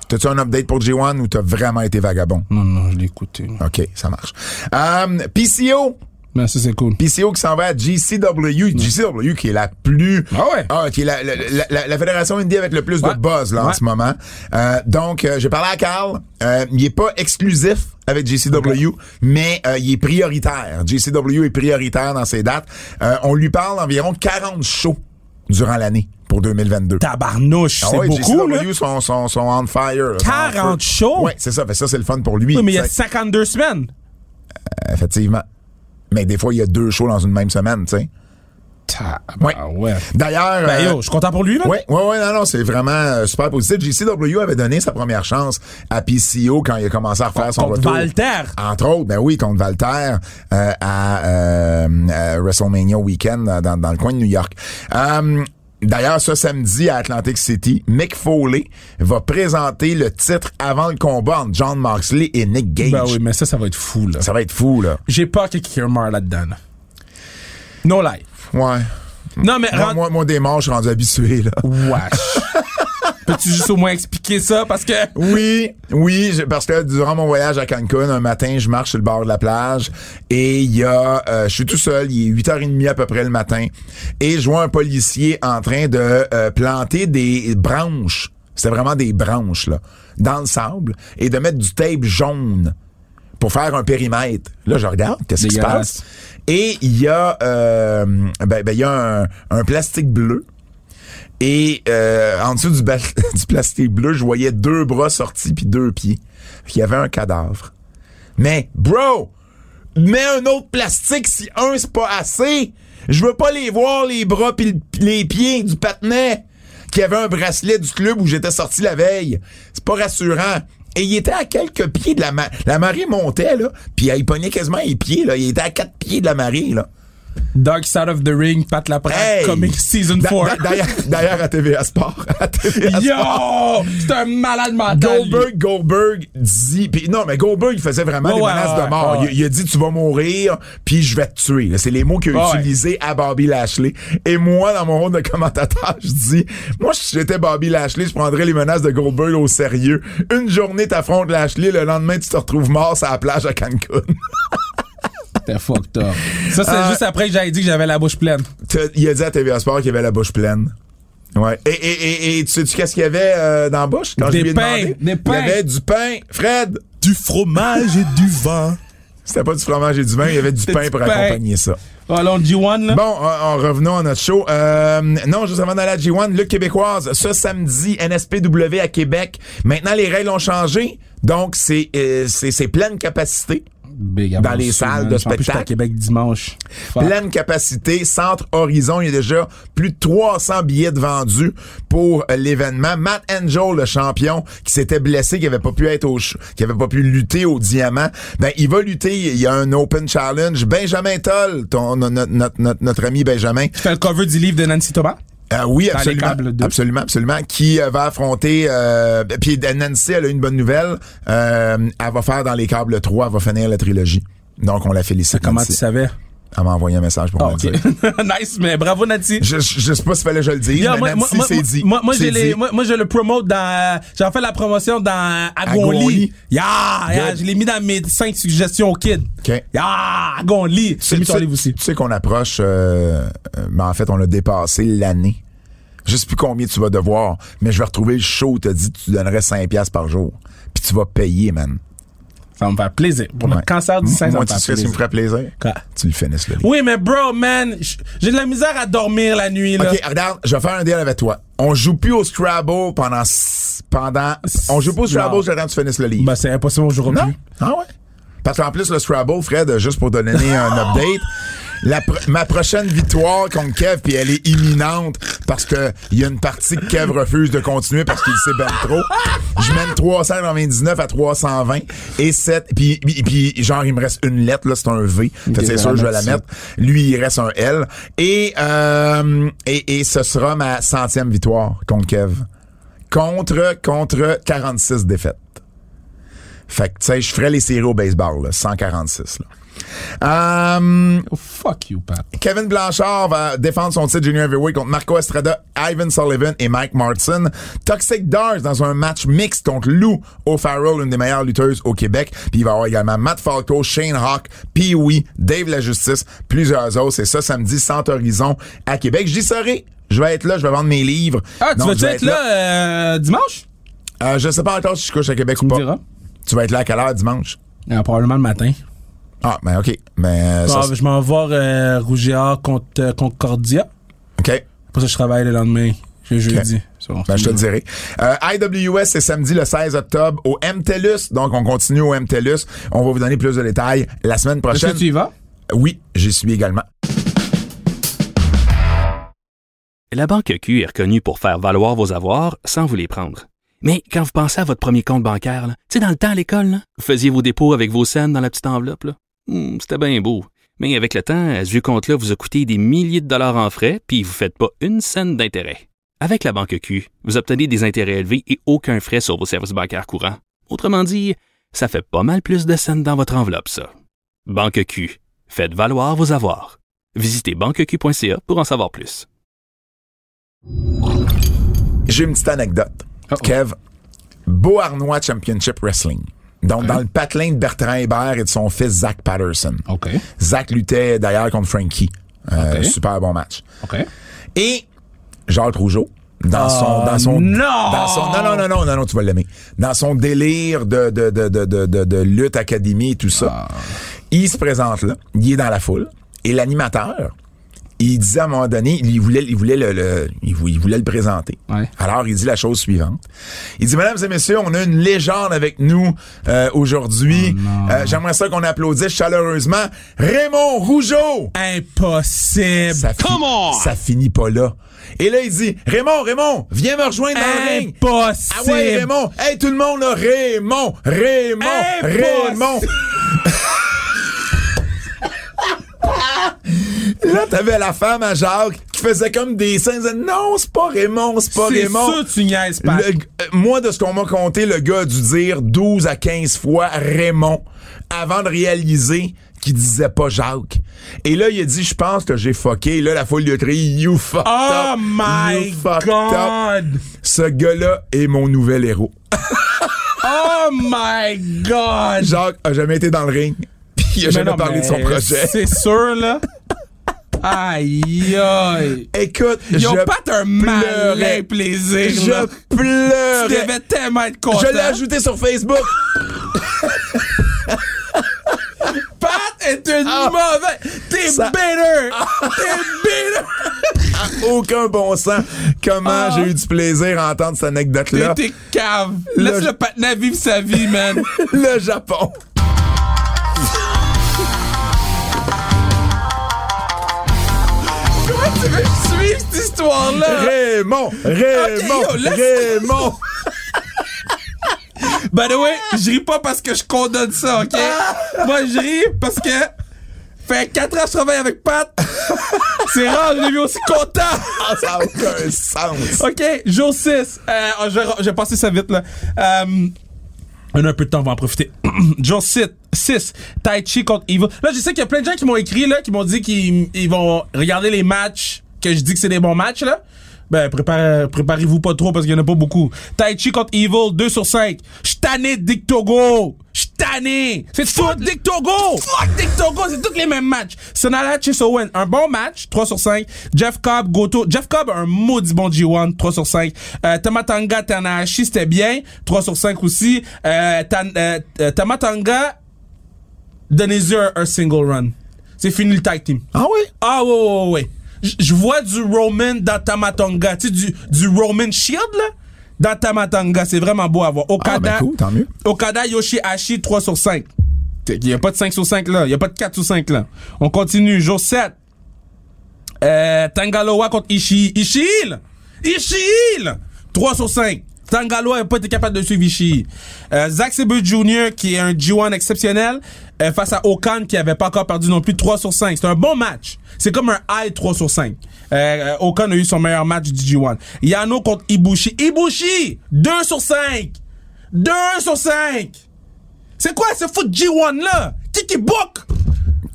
T'as-tu un update pour G1 ou t'as vraiment été vagabond?
Non, non, je l'ai écouté.
OK, ça marche. Euh, PCO,
Mais Ben, ça, c'est cool.
PCO qui s'en va à GCW, GCW qui est la plus,
Ah ouais.
qui est la, la, la- la- la fédération indie avec le plus
Ouais.
de buzz là en
Ouais.
ce moment. Euh, donc euh, j'ai parlé à Carl, Euh, il est pas exclusif avec GCW, mais euh, il est prioritaire. GCW est prioritaire dans ses dates. Euh, on lui parle d'environ 40 shows durant l'année pour 2022.
Tabarnouche,
Ah
c'est
ouais,
beaucoup, là.
GCW sont, sont, sont on fire. là, sont en
40
feu.
shows?
Ouais, c'est ça. Fait ça, c'est le fun pour lui.
Oui, mais il y a
Fait-
52 semaines.
Effectivement. Mais des fois, il y a deux shows dans une même semaine, tu sais. Ouais.
Ah ouais.
D'ailleurs.
Ben
euh,
yo, je suis content pour lui, man.
Ouais, ouais, ouais, non, non, c'est vraiment euh, super positif. JCW avait donné sa première chance à PCO quand il a commencé à faire son
Contre
retour.
Walter.
Entre autres, ben oui, contre Valter euh, à, euh, à WrestleMania Weekend euh, dans, dans le coin de New York. Euh, D'ailleurs, ce samedi à Atlantic City, Mick Foley va présenter le titre avant le combat entre John Moxley et Nick Gage.
Ben oui, mais ça, ça va être fou, là.
Ça va être fou, là.
J'ai peur qu'il y ait quelqu'un meure là-dedans. là. No lie.
Ouais.
Non, mais
Moi,
rend-
moi, moi, des morts, je suis rendu habitué, là. [LAUGHS]
Wesh. Peux-tu juste au moins expliquer ça? Parce que.
Oui, oui, je- parce que durant mon voyage à Cancun, un matin, je marche sur le bord de la plage et il y a, euh, je suis tout seul, il est 8h30 à peu près le matin et je vois un policier en train de euh, planter des branches, c'est vraiment des branches là, dans le sable et de mettre du tape jaune pour faire un périmètre. Là, je regarde, qu'est-ce qui se
Dégueulasse.
passe Et il y a, euh, ben, ben, il y a un, un plastique bleu. Et euh, en dessous du, bas- [LAUGHS] du plastique bleu, je voyais deux bras sortis puis deux pieds. Il y avait un cadavre. Mais, bro, mets un autre plastique si un, c'est pas assez. Je veux pas les voir, les bras puis le- puis les pieds du patinet qui avait un bracelet du club où j'étais sorti la veille. C'est pas rassurant. Et il était à quelques pieds de la marée. La marée montait, là, puis il pognait quasiment les pieds, là. Il était à quatre pieds de la marée, là.
Dark Side of the Ring, Pat Laprade,
Hey!
Comic Season
Da-
4.
da- D'ailleurs, d'ailleurs à TVA Sport. À TVA Sport.
[LAUGHS]
[LAUGHS]
Yo! C'est un malade mental. lui.
Goldberg, Goldberg dit, puis non, mais Goldberg, il faisait vraiment
Ouais,
des
ouais,
menaces
ouais,
de mort.
ouais.
Il, il a dit, tu vas mourir, puis je vais te tuer. Là, C'est les mots qu'il a
Ouais.
utilisés à Bobby Lashley. Et moi, dans mon rôle de commentateur, je dis, moi, si j'étais Bobby Lashley, je prendrais les menaces de Goldberg au sérieux. Une journée, t'affrontes Lashley, le lendemain, tu te retrouves mort sur la plage à Cancun.
T'es fucked up. Ça, c'est
Euh,
juste après que j'avais dit que j'avais la bouche pleine.
T'as- il a dit à TVA Sport qu'il avait la bouche pleine. Ouais. Et, et, et, et tu sais-tu qu'est-ce qu'il y avait euh, dans la bouche? Quand
Des
je lui ai
pains,
demandé?
des pains.
Il y avait du pain. Fred!
Du fromage et du vin.
C'était pas du fromage et du vin, il y avait du
C'était
pain
du
pour
pain.
accompagner ça.
Oh, Alors, G1, là.
Bon, euh, en en revenant à notre show. Euh, non, juste avant d'aller à G1, Lutte québécoise, ce samedi, NSPW à Québec. Maintenant, les règles ont changé. Donc, c'est euh, c'est c'est pleine capacité.
Big
Dans
avance,
les salles
man.
de
En plus, j'étais à
spectacle.
Québec dimanche. Fuck.
Pleine capacité, centre Horizon, il y a déjà plus de 300 billets de vendus pour euh, l'événement. Matt Angel, le champion, qui s'était blessé, qui avait pas pu être au, ch- qui avait pas pu lutter au diamant, ben il va lutter. Il y a un Open Challenge. Benjamin Toll, ton, no- no- notre, notre- notre ami Benjamin,
Tu fais le cover du livre de Nancy Thomas?
euh, oui,
Dans les
absolument,
câbles deux.
absolument, absolument. Qui euh, va affronter euh, Puis Nancy, elle a une bonne nouvelle. Euh, elle va faire dans les câbles 3, elle va finir la trilogie. Donc on la félicite.
Comment
Nancy.
tu savais?
Elle m'a envoyé un message pour
Ah,
me le
ok.
dire.
[LAUGHS] nice, mais bravo, Nancy.
Je, je, je sais pas s'il fallait que je le dise,
Yo,
mais
moi, moi,
Nancy,
moi,
c'est dit.
moi, moi,
C'est
j'ai les-
dit.
moi, moi, je le promote dans. J'en fais la promotion dans Agonli.
Agonli.
Yeah, yeah,
Good.
je l'ai mis dans mes 5 suggestions au kid.
OK.
Yeah,
Tu
Agonli. C'est
sais-
mis
tu
sur
sais-
le livre aussi.
Tu sais qu'on approche, euh, euh, ben, en fait, on a dépassé l'année. Je sais plus combien tu vas devoir, mais je vais retrouver le show où t'as dit que tu donnerais 5$ piastres par jour. Puis tu vas payer, man.
Ça va me faire plaisir. Pour
Ouais.
le cancer du sein, ça
Moi,
me
tu
fait
sais ce qui me
plaisir.
ferait plaisir?
Quoi?
Tu le finisses, le livre.
Oui, mais bro, man, j- j'ai de la misère à dormir la nuit, là.
OK, regarde, je vais faire un deal avec toi. On joue plus au Scrabble pendant... s- pendant on joue pas au Scrabble
Non.
jusqu'à temps que tu finisses le livre.
Ben, c'est impossible, je jouerai
Non?
plus.
Ah ouais? Parce qu'en plus, le Scrabble, Fred, euh, juste pour te donner [LAUGHS] un update, la pro- ma prochaine victoire contre Kev, puis elle est imminente parce que il y a une partie que Kev refuse de continuer parce qu'il sait ben trop. Je mène 399 à 320 et 7, puis, puis- puis genre, il me reste une lettre, là, c'est un V. Fait que
Ok,
c'est
je
sûr,
vais
je vais
la
la
mettre
mettre. Lui, il reste un L. Et, euh, et, et ce sera ma centième victoire contre Kev. Contre, contre 46 défaites. Fait que, tu sais, je ferais les séries au baseball, là, 146. Là. Euh,
Oh, fuck you, Pat.
Kevin Blanchard va défendre son titre junior heavyweight contre Marco Estrada, Ivan Sullivan et Mike Martin. Toxic Dars dans un match mixte contre Lou O'Farrell, une des meilleures lutteuses au Québec. Puis il va y avoir également Matt Falco, Shane Hawk, Pee-Wee, Dave La Justice, plusieurs autres. C'est ça samedi, Centre Horizon à Québec. J'y serai. Je vais être là, je vais vendre mes livres.
Ah, tu
Donc, je
vas-tu
vais
être là euh, dimanche?
Euh, je sais pas encore si je couche à Québec
Tu
ou
me
pas.
diras.
Tu vas être là à quelle heure dimanche?
Ah, probablement le matin.
Ah, ben ok. Mais euh, ça,
Ah,
c'est-
je m'en vais voir euh, Rougiard contre euh, Concordia.
OK.
Après ça, je travaille le lendemain. Je jeudi. C'est bon.
Ben, je te le dirai. Euh, IWS, c'est samedi le 16 octobre au MTLUS. Donc, on continue au MTLUS. On va vous donner plus de détails la semaine
Est-ce
prochaine.
que tu y vas?
Oui, j'y suis également.
La Banque Q est reconnue pour faire valoir vos avoirs sans vous les prendre. Mais quand vous pensez à votre premier compte bancaire, là, tu sais, dans le temps à l'école, là, vous faisiez vos dépôts avec vos scènes dans la petite enveloppe. là. Hum, C'était bien beau. Mais avec le temps, à ce vieux compte-là vous a coûté des milliers de dollars en frais, puis vous ne faites pas une scène d'intérêt. Avec la Banque Q, vous obtenez des intérêts élevés et aucun frais sur vos services bancaires courants. Autrement dit, ça fait pas mal plus de scènes dans votre enveloppe, ça. Banque Q. Faites valoir vos avoirs. Visitez banqueq.ca pour en savoir plus.
J'ai une petite anecdote. Kev, Beauharnois Championship Wrestling. Donc, dans le patelin de Bertrand Hébert et de son fils Zach Patterson.
OK.
Zach luttait d'ailleurs contre Frankie. Euh,
Ok.
Super bon match.
OK.
Et Jacques Rougeau, dans son, dans son,
Oh, non!
dans son- non, non, non, non, non, non, tu vas l'aimer. Dans son délire de, de, de, de, de, de- de lutte académie et tout ça,
Ah.
il se présente là, il est dans la foule, et l'animateur, il disait à un moment donné, il voulait, il voulait le, le- il vou- il voulait le présenter.
Ouais.
Alors, il dit la chose suivante. Il dit, mesdames et messieurs, on a une légende avec nous euh,
Oh,
aujourd'hui. Euh, J'aimerais ça qu'on applaudisse chaleureusement Raymond Rougeau.
Impossible.
Ça, fi- ça finit pas là. Et là, il dit, Raymond, Raymond, viens me rejoindre dans le ring.
Impossible.
Ah ouais, Raymond. Hey, tout le monde, là, Raymond, Raymond,
Impossible.
Raymond. Là, t'avais la femme à Jacques qui faisait comme des scènes. elle disait, Non, c'est pas Raymond, c'est pas
C'est
Raymond.
sûr que tu niaises, Pat.
Le- euh, moi, de ce qu'on m'a conté, le gars a dû dire 12 à 15 fois Raymond avant de réaliser qu'il disait pas Jacques. Et là, il a dit, je pense que j'ai fucké. Et là, la foule de tri, you fucked
Oh
up.
my
You fucked up.
God!
Ce gars-là est mon nouvel héros.
Oh my God!
Jacques a jamais été dans le ring. [LAUGHS] Puis il a
Mais
jamais
non,
parlé de son
mais
projet.
C'est sûr,
[LAUGHS]
là. Aïe, aïe.
Écoute,
Ils ont
je
pas
pleurais.
un malin plaisir, là.
Je
Tu
pleurais.
devais tellement être content.
Je l'ai ajouté sur Facebook.
Pat est une
Ah.
mauvaise. T'es
Ça- Ah,
bitter. T'es bitter.
Aucun bon sens. Comment
Ah.
j'ai eu du plaisir à entendre cette anecdote-là.
T'es t'es cave. Laisse
Le-
le patin vivre sa vie, man.
Le Japon.
Comment tu veux que je suive cette histoire-là?
Raymond, Raymond,
Ah. yo, laisse-
Raymond.
By the way, je ris pas parce que je condamne ça, OK? Moi, je ris parce que... Fait 4 ans que je travaille avec Pat. C'est rare, je l'ai vu aussi content.
Ah, ça n'a aucun sens.
OK, jour 6. Euh, oh, je, vais, je vais passer ça vite, là. Euh, on a un peu de temps, on va en profiter. [CLEARS THROAT] jour 6. 6. Tai Chi contre Evil. Là, je sais qu'il y a plein de gens qui m'ont écrit, là, qui m'ont dit qu'ils ils vont regarder les matchs, que je dis que c'est des bons matchs, là. Ben, prépare- préparez-vous pas trop parce qu'il y en a pas beaucoup. Tai Chi contre Evil, 2 sur 5. J'tanné de Dick Togo. J'tanné. C'est tout Dick Togo. Fuck Dick Togo. C'est tous les mêmes matchs. Sonala Chase Owen, un bon match, 3 sur 5. Jeff Cobb, Goto. Jeff Cobb, a un maudit bon G1, 3 sur 5. Euh, Tamatanga, Tanahashi, c'était bien, 3 sur 5 aussi. Euh, Tan- euh, euh, Tamatanga, donnez-lui un, un single run. C'est fini le tag team.
Ah oui?
Ah ouais, ouais, ouais, ouais. J- Je vois du Roman dans Tamatanga. Tu sais, du, du Roman Shield, là, dans Tamatanga. C'est vraiment beau à voir. Okada,
Ah, ben cool, tant mieux.
Okada Yoshihashi, 3 sur 5. Il n'y a pas de 5 sur 5 là. Il n'y a pas de 4 sur 5 là. On continue. Jour 7. Euh, Tangaloa contre Ishii. Ishii! là. Ishii! là. 3 sur 5. Tangaloa n'a pas été capable de suivre Ishii. Euh, Zack Sabre Jr., qui est un G1 exceptionnel, euh, face à Okan, qui n'avait pas encore perdu non plus, 3 sur 5. C'est un bon match. C'est comme un high 3 sur 5. Euh, euh, Okan a eu son meilleur match du G1. Yano contre Ibushi. Ibushi! 2 sur 5! 2 sur 5! C'est quoi ce foot G1 là? Qui qui book?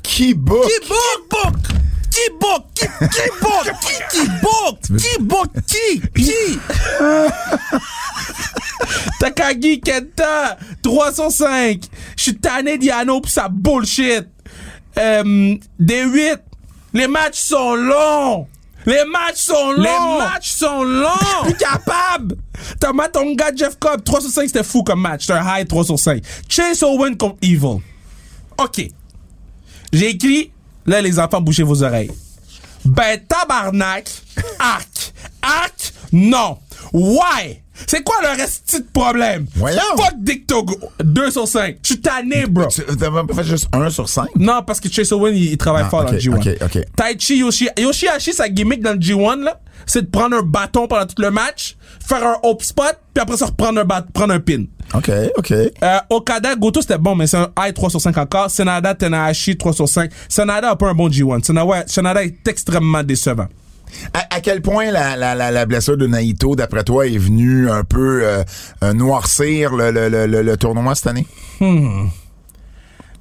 Qui book?
Qui book? Qui book? Qui qui book? Qui qui book? Qui book? Qui? Qui? [LAUGHS] Takagi Kenta, 305. Je suis tanné d'Yano pour sa bullshit. Euh, D8. Les matchs sont longs. Les matchs sont longs. Les matchs sont longs. Je suis plus capable. Thomas Tonga, Jeff Cobb, 3 sur 5, c'était fou comme match. C'était un high 3 sur 5. Chase Owen contre Evil. OK. J'ai écrit, là, les enfants, bouchez vos oreilles. Ben, tabarnak, arc, arc, non. Why? C'est quoi le reste de problème?
Voyons.
Fuck Dick Togo. 2 sur 5. Je suis tanné, bro.
Tu t'as même pas fait juste 1 sur 5?
Non, parce que Chase Owen, il, il travaille
Ah,
fort
ok,
dans le G1.
ok, ok.
Taichi Yoshi, Yoshihashi, sa gimmick dans le G1, là, c'est de prendre un bâton pendant tout le match, faire un hope spot, puis après ça, reprendre un, bat- prendre un pin.
OK, OK.
Euh, Okada, Goto, c'était bon, mais c'est un high 3 sur 5 encore. Senada, Tanahashi, 3 sur 5. Senada a pas un bon G1. Senada, Senada est extrêmement décevant.
À, à quel point la, la, la, la blessure de Naito, d'après toi, est venue un peu euh, euh, noircir le, le, le, le, le tournoi cette année?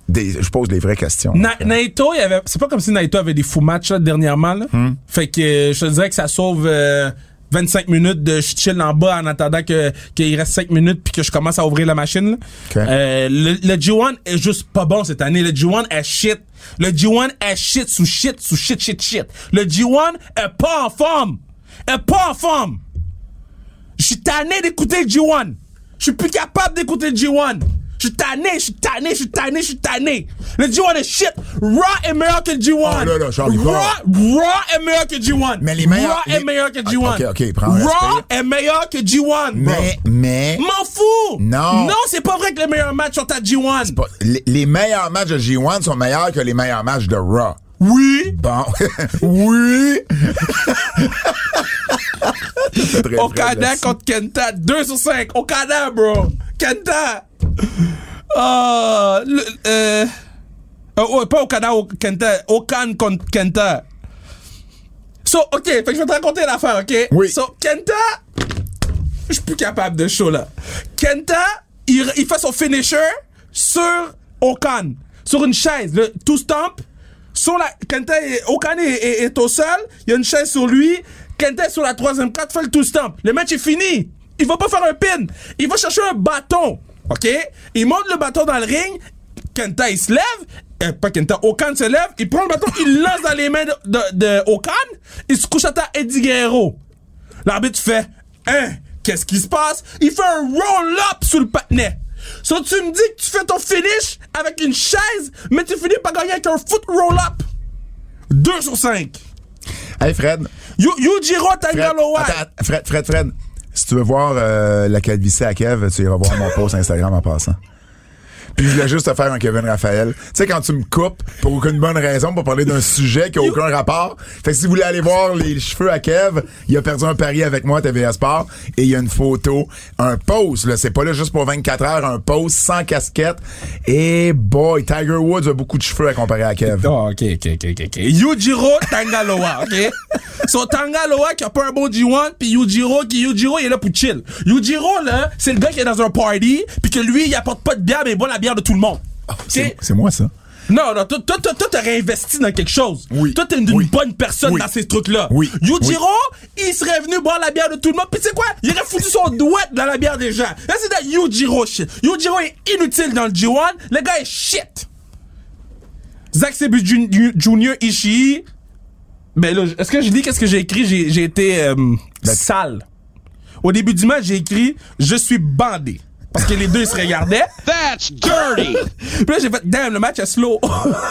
Des- je pose les vraies questions.
Hmm. Na- Naito, il avait, c'est pas comme si Naito avait des fous matchs, là, dernièrement, là. Fait que, euh, je te dirais que ça sauve, euh, 25 minutes de je chill en bas en attendant que qu'il reste 5 minutes puis que je commence à ouvrir la machine. là.
Ok.
Euh, le, le G1 est juste pas bon cette année. Le G1 est shit. Le G1 est shit sous shit sous shit shit shit. Le G1 est pas en forme. Est pas en forme. Je suis tanné d'écouter le G1. Je suis plus capable d'écouter le G1. Je suis tanné, je suis tanné, je suis tanné, je suis tanné. Le G1 est shit. Raw est meilleur que le G1.
Oh là là, Charlie,
Raw,
bon.
Raw est meilleur que G1.
Mais les meilleurs-
Raw
les-
est meilleur que
Ok,
G1.
ok, ok, prends un
Raw
respect.
est meilleur que G1. bro.
Mais, mais,
M'en fous!
Non.
Non, c'est pas vrai que les meilleurs matchs sont à G1.
pas- les, les meilleurs matchs de G1 sont meilleurs que les meilleurs matchs de Raw.
Oui!
Bon, [LAUGHS] oui! C'est très vrai,
Okada
là-dessus.
contre Kenta, 2 sur 5. Okada, bro! Kenta! Ah, le- euh, euh, ouais, pas Okada, O- Kenta. Okan contre Kenta. So, OK, fait que je vais te raconter l'affaire, OK?
Oui.
So, Kenta, je suis plus capable de show, là. Kenta, il, il fait son finisher sur Okan, sur une chaise. Le two stamp, sur la... Kenta, est- Okan est, est- est au sol, il y a une chaise sur lui. Kenta est sur la troisième carte, fait le two stamp. Le match est fini. Il va pas faire un pin. Il va chercher un bâton, OK? Il monte le bâton dans le ring. Kenta, il se lève. Euh, pas Kenta, Okan se lève. Il prend le bâton, il lance dans les mains de, de- de Okan. Il se couche à terre Eddie Guerrero. L'arbitre fait Hein, qu'est-ce qui se passe? Il fait un roll-up sur le patinet. So, tu me dis que tu fais ton finish avec une chaise, mais tu finis par gagner avec un foot roll-up. 2 sur 5.
Hey, Fred.
Yujiro
Fred,
Tagaloa.
attends, att- Fred, Fred, Fred, si tu veux voir euh, la calvitie à Kev, tu iras voir mon post Instagram en passant. Puis je voulais juste te faire un Kevin Raphaël. Tu sais, quand tu me coupes pour aucune bonne raison, pour parler d'un sujet qui a aucun rapport. Fait que si vous voulez aller voir les cheveux à Kev, il a perdu un pari avec moi à TVA Sport et il y a une photo, un post, là. C'est pas là juste pour 24 heures, un post sans casquette. Et boy, Tiger Woods a beaucoup de cheveux à comparer à Kev.
Oh, ok, ok, ok, ok, ok. Yujiro Tangaloa, ok? So, Tangaloa qui a pas un bon G1, puis Yujiro qui, Yujiro, il est là pour chill. Yujiro, là, c'est le gars qui est dans un party, puis que lui, il apporte pas de bière, mais il boit la bière de tout le monde.
C'est
Ok?
c'est moi, ça.
Non, non, toi, toi, toi, toi, t'as réinvesti dans quelque chose.
Oui.
Toi, t'es une, une
Oui.
bonne personne
Oui.
dans ces trucs-là.
Oui.
Yujiro, il serait venu boire la bière de tout le monde. Puis tu sais quoi? Il aurait foutu son douette dans la bière des gens. Là, c'est de Yujiro shit. Yujiro est inutile dans le G1. Le gars est shit. Zack Sebu Jun- Junior Ishii. Ben là, est-ce que je dis qu'est-ce que j'ai écrit? J'ai j'ai été euh,
Ben,
sale. Au début du match, j'ai écrit Je suis bandé. Parce que les deux, ils se regardaient.
That's dirty.
Puis là, j'ai fait, damn, le match est slow.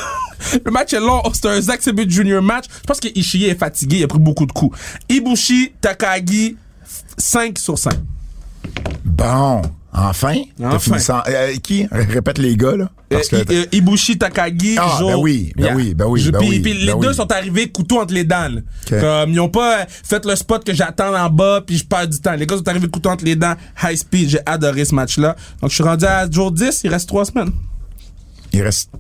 [LAUGHS] le match est long. C'est un Zack Sabre Jr. match. Je pense que Ishii est fatigué. Il a pris beaucoup de coups. Ibushi, Takagi, 5 sur 5.
Bon, enfin. T'as
Enfin.
fini sans- euh, qui? Répète les gars, là. Parce que
Euh, I- euh, Ibushi, Takagi,
Ah,
Jo.
ben oui, ben oui, ben oui,
Je-
ben
puis,
oui,
puis les
ben
deux
oui.
sont arrivés couteau entre les dents. là.
Ok.
Comme, ils ont pas euh, fait le spot que j'attends en bas, puis je perds du temps. Les gars sont arrivés couteau entre les dents. High speed, j'ai adoré ce match-là. Donc, je suis rendu à jour 10. Il reste 3 semaines.
il reste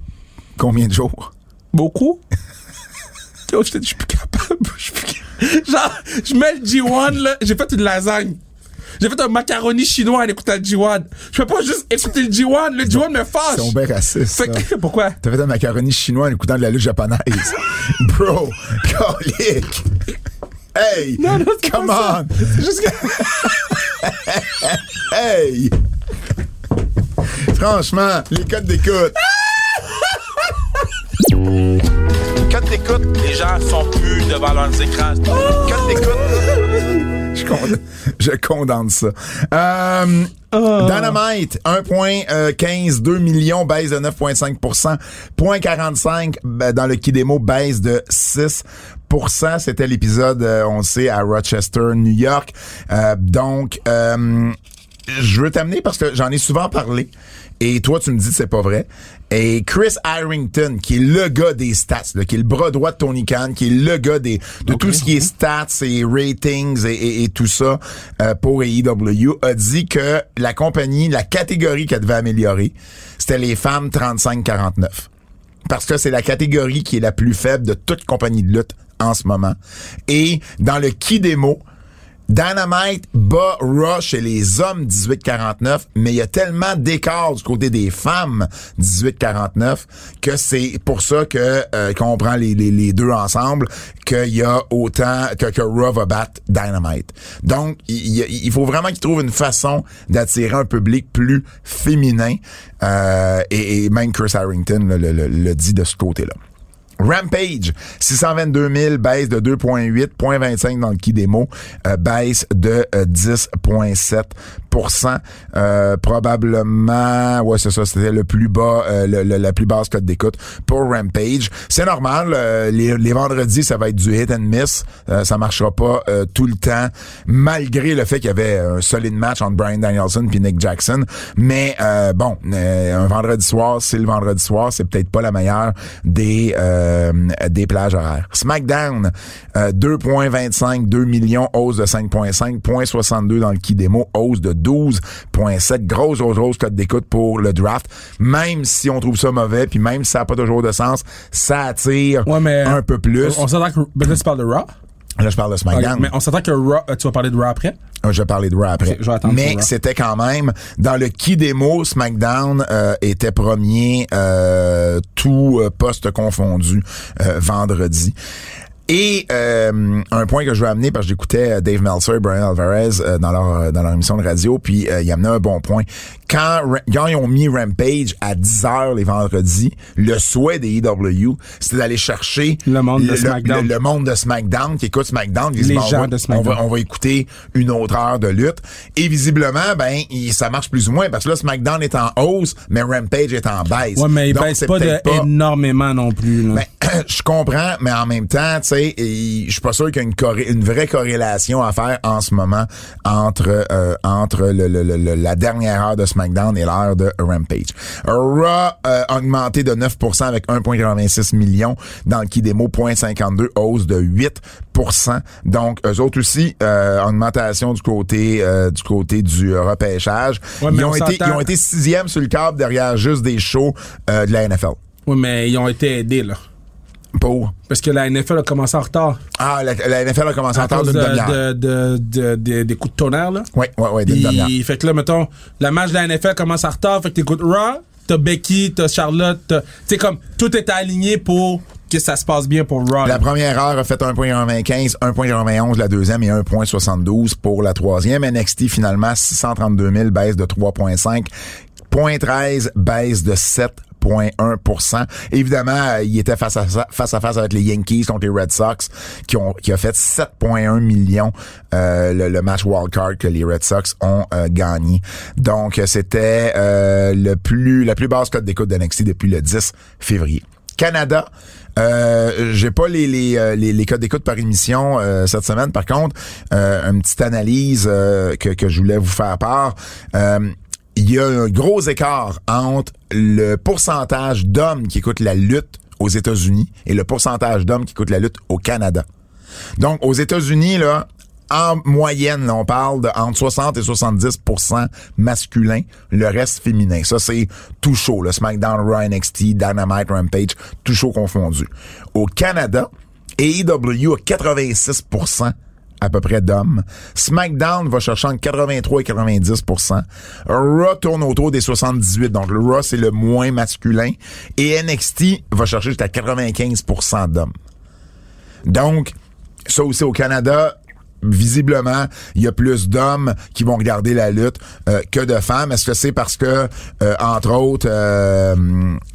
combien de jours?
beaucoup. [LAUGHS] Yo, je te dis, [LAUGHS] je suis plus capable. Je suis plus capable. Genre, je mets le G1, là, j'ai fait une lasagne. J'ai fait un macaroni chinois en écoutant le G1. Je peux pas juste écouter le G1. Le G1
Ils
me
sont
fâche.
bien racistes.
Ah, Fait
ça.
que, pourquoi?
T'as fait un macaroni chinois en écoutant de la lutte
[LAUGHS]
japonaise. Bro, colique. Hey,
Non, non, c'est
come
pas
on. [LAUGHS] hey. Franchement, les codes d'écoute.
Quand t'écoutes, les gens sont plus devant leurs écrans. Quand t'écoutes,
Je, cond- [LAUGHS] je condense ça. Euh, Dynamite, 1.15, 2 millions, baisse de 9,5 Point 45 ben, dans le Kidemo, baisse de 6 C'était l'épisode, euh, on le sait, à Rochester, New York. Euh, donc, euh, je veux t'amener parce que j'en ai souvent parlé. Et toi, tu me dis que c'est pas vrai. Et Chris Harrington, qui est le gars des stats, là, qui est le bras droit de Tony Khan, qui est le gars des, de tout ce qui est stats et ratings et, et- et tout ça euh, pour AEW, a dit que la compagnie, la catégorie qu'elle devait améliorer, c'était les femmes 35-49 parce que c'est la catégorie qui est la plus faible de toute compagnie de lutte en ce moment. Et dans le qui des mots, Dynamite bat Raw chez les hommes 18-49, mais il y a tellement d'écart du côté des femmes 18-49 que c'est pour ça que euh, quand on prend les, les- les deux ensemble qu'il y a autant que, que Raw va battre Dynamite. Donc il il- il faut vraiment qu'ils trouvent une façon d'attirer un public plus féminin euh, et, et même Chris Harrington là, le- le- le dit de ce côté-là. Rampage, 622 000, baisse de 2,8, 0,25 dans le qui démo, euh, baisse de euh, 10,7 Euh, Probablement, ouais, c'est ça, c'était le plus bas, euh, le- le- la plus basse cote d'écoute pour Rampage. C'est normal, euh, les, les vendredis, ça va être du hit and miss. Euh, ça marchera pas euh, tout le temps, malgré le fait qu'il y avait un solide match entre Brian Danielson puis Nick Jackson. Mais euh, bon, euh, un vendredi soir, c'est le vendredi soir, c'est peut-être pas la meilleure des euh, des plages horaires. SmackDown, euh, 2.25, 2 millions, hausse de 5.5, 0.62 dans le qui démo, hausse de 12.7, grosse, grosse, grosse cote d'écoute pour le draft. Même si on trouve ça mauvais, puis même si ça n'a pas toujours de sens, ça attire
Ouais, mais.
un peu plus.
On on s'attend que. Ben là, tu parles de Raw.
Là, je parle de
Ok,
SmackDown.
Mais on s'attend que Raw. euh, Tu vas parler de Raw après.
Euh, Je vais parler de Raw après.
Ok, je vais attendre
Mais
sur Raw.
c'était quand même dans le qui des mots, SmackDown euh, était premier euh, tout euh, poste confondu euh, vendredi. Et euh, un point que je veux amener parce que j'écoutais euh, Dave Meltzer et Brian Alvarez euh, dans leur euh, dans leur émission de radio puis euh, il amenait un bon point. Quand Ra- quand ils ont mis Rampage à 10h les vendredis, le souhait des EW, c'était d'aller chercher
Le monde de SmackDown.
le- le monde de SmackDown qui écoute SmackDown qui se
Les
dit, bon,
gens
on va-
de SmackDown.
on va- on va écouter une autre heure de lutte. Et visiblement, ben, il- ça marche plus ou moins parce que là, SmackDown est en hausse, mais Rampage est en baisse.
Ouais, mais il
Donc,
baisse
c'est
pas de
peut-être pas-
énormément non plus. Là.
Ben, [CLEARS THROAT] je comprends, mais en même temps, tu sais, et je suis pas sûr qu'il y a une, corré- une vraie corrélation à faire en ce moment entre euh, entre le- le- le- le- la dernière heure de SmackDown et l'heure de Rampage. Raw euh, augmenté de 9% avec 1,86 million dans le qui démo 0,52 hausse de 8%. Donc eux autres aussi euh, augmentation du côté euh, du côté du euh, repêchage.
Ouais, mais
ils ont
on
été
s'entend-
ils ont été sixième sur le câble derrière juste des shows euh, de la NFL.
Oui, mais ils ont été aidés, là.
Pour
Parce que la NFL a commencé en retard.
Ah, la, la NFL a commencé à
À
en retard
cause
d'une
de,
demi-heure.
de, de- de- de- des coups de tonnerre, là.
Oui, oui, oui, d'une demi-heure.
Puis, fait que là, mettons, la match de la NFL commence en retard, fait que t'écoutes Raw, t'as Becky, t'as Charlotte, t'as- tu sais, comme, tout est aligné pour que ça se passe bien pour Raw.
La première heure a fait 1.95, 1.91 la deuxième et 1.72 pour la troisième. NXT finalement 632 000 baisse de 3.5, 0.13 baisse de 7.1%. Évidemment, euh, il était face à sa- face à face avec les Yankees contre les Red Sox qui ont qui a fait 7,1 millions euh, le, le match wildcard que les Red Sox ont euh, gagné. Donc euh, c'était euh, le plus la plus basse cote d'écoute de NXT depuis le 10 février. Canada. Euh, j'ai pas les les, euh, les, les codes d'écoute par émission euh, cette semaine. Par contre, euh, une petite analyse euh, que, que je voulais vous faire part. Euh, il y a un gros écart entre le pourcentage d'hommes qui écoutent la lutte aux États-Unis et le pourcentage d'hommes qui écoutent la lutte au Canada. Donc, aux États-Unis, là, en moyenne, là, on parle de entre 60 et 70 masculin, le reste féminin. Ça, c'est tout chaud. Le SmackDown, Raw, NXT, Dynamite, Rampage, E tout chaud confondu. Au Canada, AEW a 86 à peu près d'hommes. SmackDown va chercher entre 83 et 90 Raw tourne autour des 78 donc le Raw, c'est le moins masculin. Et NXT va chercher jusqu'à 95 d'hommes. Donc, ça aussi au Canada, visiblement, il y a plus d'hommes qui vont regarder la lutte euh, que de femmes. Est-ce que c'est parce que, euh, entre autres, euh,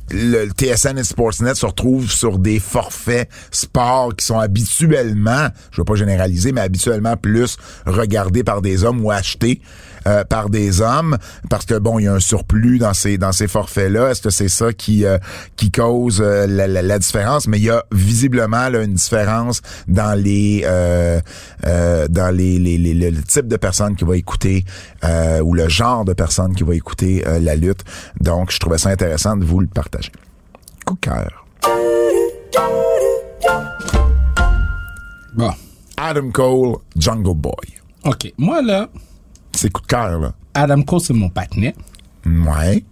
le, le TSN et Sportsnet se retrouvent sur des forfaits sports qui sont habituellement, je ne veux pas généraliser, mais habituellement plus regardés par des hommes ou achetés euh, par des hommes, parce que bon, il y a un surplus dans ces dans ces forfaits-là. Est-ce que c'est ça qui euh, qui cause euh, la, la- la différence Mais il y a visiblement là, une différence dans les euh, euh, dans les, les, les- le- le type de personne qui va écouter euh, ou le genre de personne qui va écouter euh, la lutte. Donc, je trouvais ça intéressant de vous le partager. Coup de cœur.
Bon.
Adam Cole, Jungle Boy.
OK. Moi, là,
C'est coup de cœur là.
Adam Cole, c'est mon patinet.
Ouais.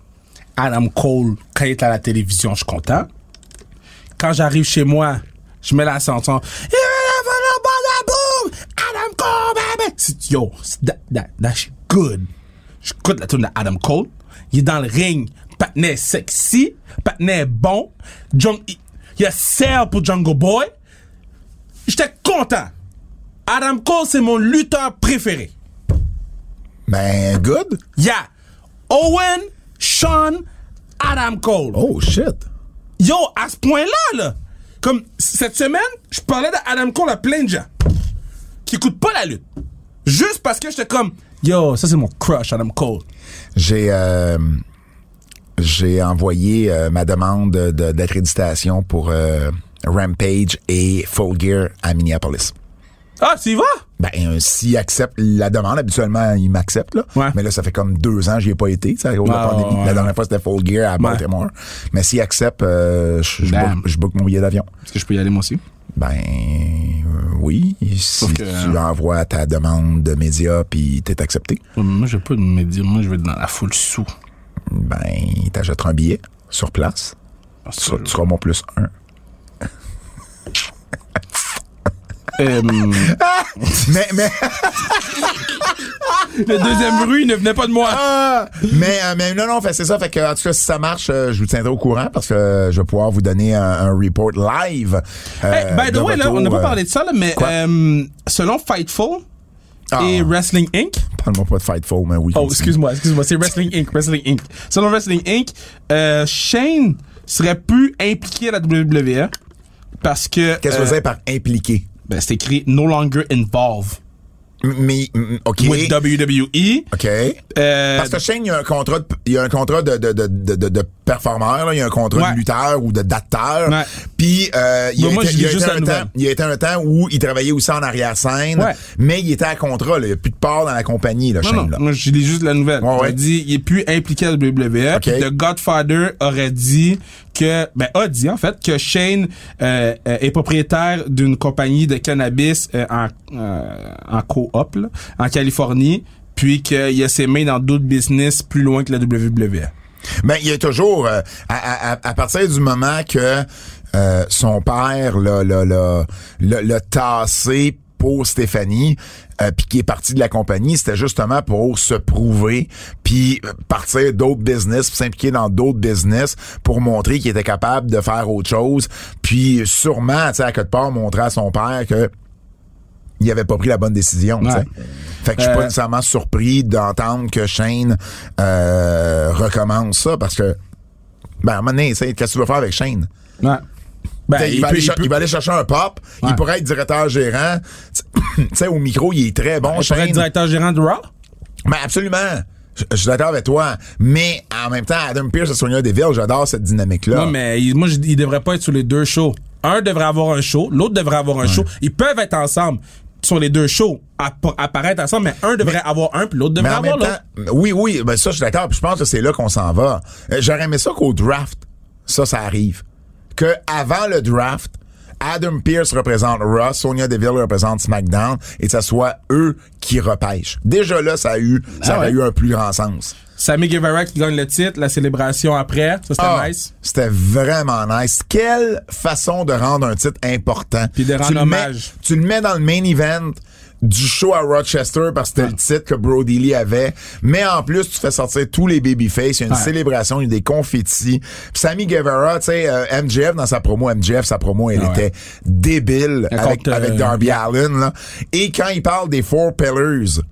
Adam Cole, quand il est à la télévision, je suis content. Quand j'arrive chez moi, je mets la chanson. Il est revenu au bon boom! Adam Cole, baby! C'est- Yo, c'est- that, that, that shit good. J'écoute la tune de Adam Cole. Il est dans le ring. Patnais sexy. Patnais bon. Jung- il il y a serre pour Jungle Boy. J'étais content. Adam Cole, c'est mon lutteur préféré.
Ben good.
Il y a Owen, Sean, Adam Cole.
Oh shit.
Yo, à ce point-là, là, comme cette semaine, je parlais d'Adam Cole à plein de gens qui écoutent pas la lutte. Juste parce que j'étais comme, yo, ça c'est mon crush, Adam Cole.
J'ai euh, j'ai envoyé euh, ma demande de- d'accréditation pour euh, Rampage et Full Gear à Minneapolis.
Ah, tu y vas?
Ben, euh, s'il accepte la demande, habituellement, il m'accepte, là.
Ouais.
Mais là, ça fait comme deux ans, j'y ai pas été, tu sais, à cause de la
Ouais,
pandémie.
ouais,
La
ouais.
dernière fois, c'était Full Gear à Baltimore. Mais s'il accepte, euh, je je
Bam.
book- je book mon billet d'avion.
Est-ce que je peux y aller moi aussi?
Ben, euh, oui. Si
que, euh,
tu envoies ta demande de média puis t'es accepté,
Moi, je peux me dire, moi, je vais être dans la foule sous.
ben, il t'achètera un billet sur place. Tu seras- tu seras mon plus un.
Euh,
[LAUGHS] Mais, mais, [LAUGHS]
le deuxième bruit ne venait pas de moi.
ah! mais, euh, mais non, non, fait, c'est ça. Fait que, en tout cas, si ça marche, euh, je vous tiendrai au courant parce que euh, je vais pouvoir vous donner un, un report live. euh,
Hey, by the
de
way, là,
retour,
on n'a pas
euh,
parlé de ça, là, mais
quoi?
euh, selon Fightful
Ah.
et Wrestling Inc.,
euh, Parle-moi pas de Fightful, mais oui.
Oh,
continue.
excuse-moi, excuse-moi, c'est Wrestling Inc. Wrestling Inc. Selon Wrestling Inc., euh, Shane serait plus impliqué à la WWE parce que.
Qu'est-ce que
euh,
vous avez par impliqué?
ben, c'est écrit No longer involved
M- Mais, mm, OK.
with E. WWE.
OK.
Euh,
Parce que Shane, il y a un contrat de, il y a un contrat de, de, de, de, de- de performeur, là. il y a un contrat
Ouais.
de lutteur ou de d'acteur.
Ouais.
Puis euh, il, y a
Mais moi,
été-
je
il y a
lis
été
juste
un
la
temps,
nouvelle.
il y a été un temps où il travaillait aussi en arrière-scène,
Ouais.
mais il était à contrat, là. il n'y a plus de part dans la compagnie, là,
non,
Shane.
non,
là.
moi, je lis juste la nouvelle.
Ouais,
On
ouais.
dit il est plus impliqué à la WWE.
Ok.
The Godfather aurait dit que, ben, a dit, en fait, que Shane euh, euh, est propriétaire d'une compagnie de cannabis euh, en, euh, en coop, là, en Californie, puis qu'il a ses mains dans d'autres business plus loin que la E. WWE.
Ben, il y a toujours, euh, à, à- à- à partir du moment que euh, son père l'a, l'a, l'a- l'a- l'a tassé pour Stéphanie, euh, puis qui est parti de la compagnie, c'était justement pour se prouver, puis euh, partir d'autres business, puis s'impliquer dans d'autres business pour montrer qu'il était capable de faire autre chose, puis sûrement, tu sais, à quelque part, montrer à son père que il avait pas pris la bonne décision. tu sais.
Ouais.
Fait que je suis pas
Euh,
nécessairement surpris d'entendre que Shane euh, recommence ça parce que ben à un moment donné, tu sais, qu'est-ce que tu veux faire avec Shane?
Ouais.
Tu
Ben,
sais, il, va
peut-
aller cher-
peut-
il va aller chercher un pop,
Ouais.
il pourrait être directeur gérant. Tu [COUGHS] sais, au micro, il est très bon,
il pourrait être
Shane.
directeur gérant de Raw.
Ben absolument. Je, je suis d'accord avec toi. Mais en même temps, Adam Pierce et Sonia Deville, j'adore cette dynamique-là.
Non, mais il- moi, je- il devrait pas être sur les deux shows. Un devrait avoir un show, l'autre devrait avoir un show. Ils peuvent être ensemble sur les deux shows, appa- apparaître ensemble, mais un devrait avoir un, puis l'autre devrait
Mais en
avoir
même
l'autre.
temps, oui, oui, ben ça, je suis d'accord. Puis je pense que c'est là qu'on s'en va. Euh, J'aurais aimé ça qu'au draft, ça, ça arrive. Que avant le draft, Adam Pierce représente Raw, Sonia Deville représente SmackDown, et que ça soit eux qui repêchent. Déjà là, ça a eu, ça aurait
Ah ouais.
eu un plus grand sens.
Sammy Guevara qui gagne le titre, la célébration après, ça c'était
Ah,
nice.
C'était vraiment nice. Quelle façon de rendre un titre important.
Puis de rendre
tu le mets-
hommage.
tu le mets dans le main event du show à Rochester parce
Ah.
que c'était le titre que Brody Lee avait. Mais en plus, tu fais sortir tous les babyface. Il y a une célébration, il y a des confettis. Puis Sammy Guevara, tu sais, euh, MJF dans sa promo, MJF, sa promo, elle
Ah ouais.
était débile
Elle
avec,
compte, euh,
avec Darby Allen. là. Et quand il parle des Four Pillars,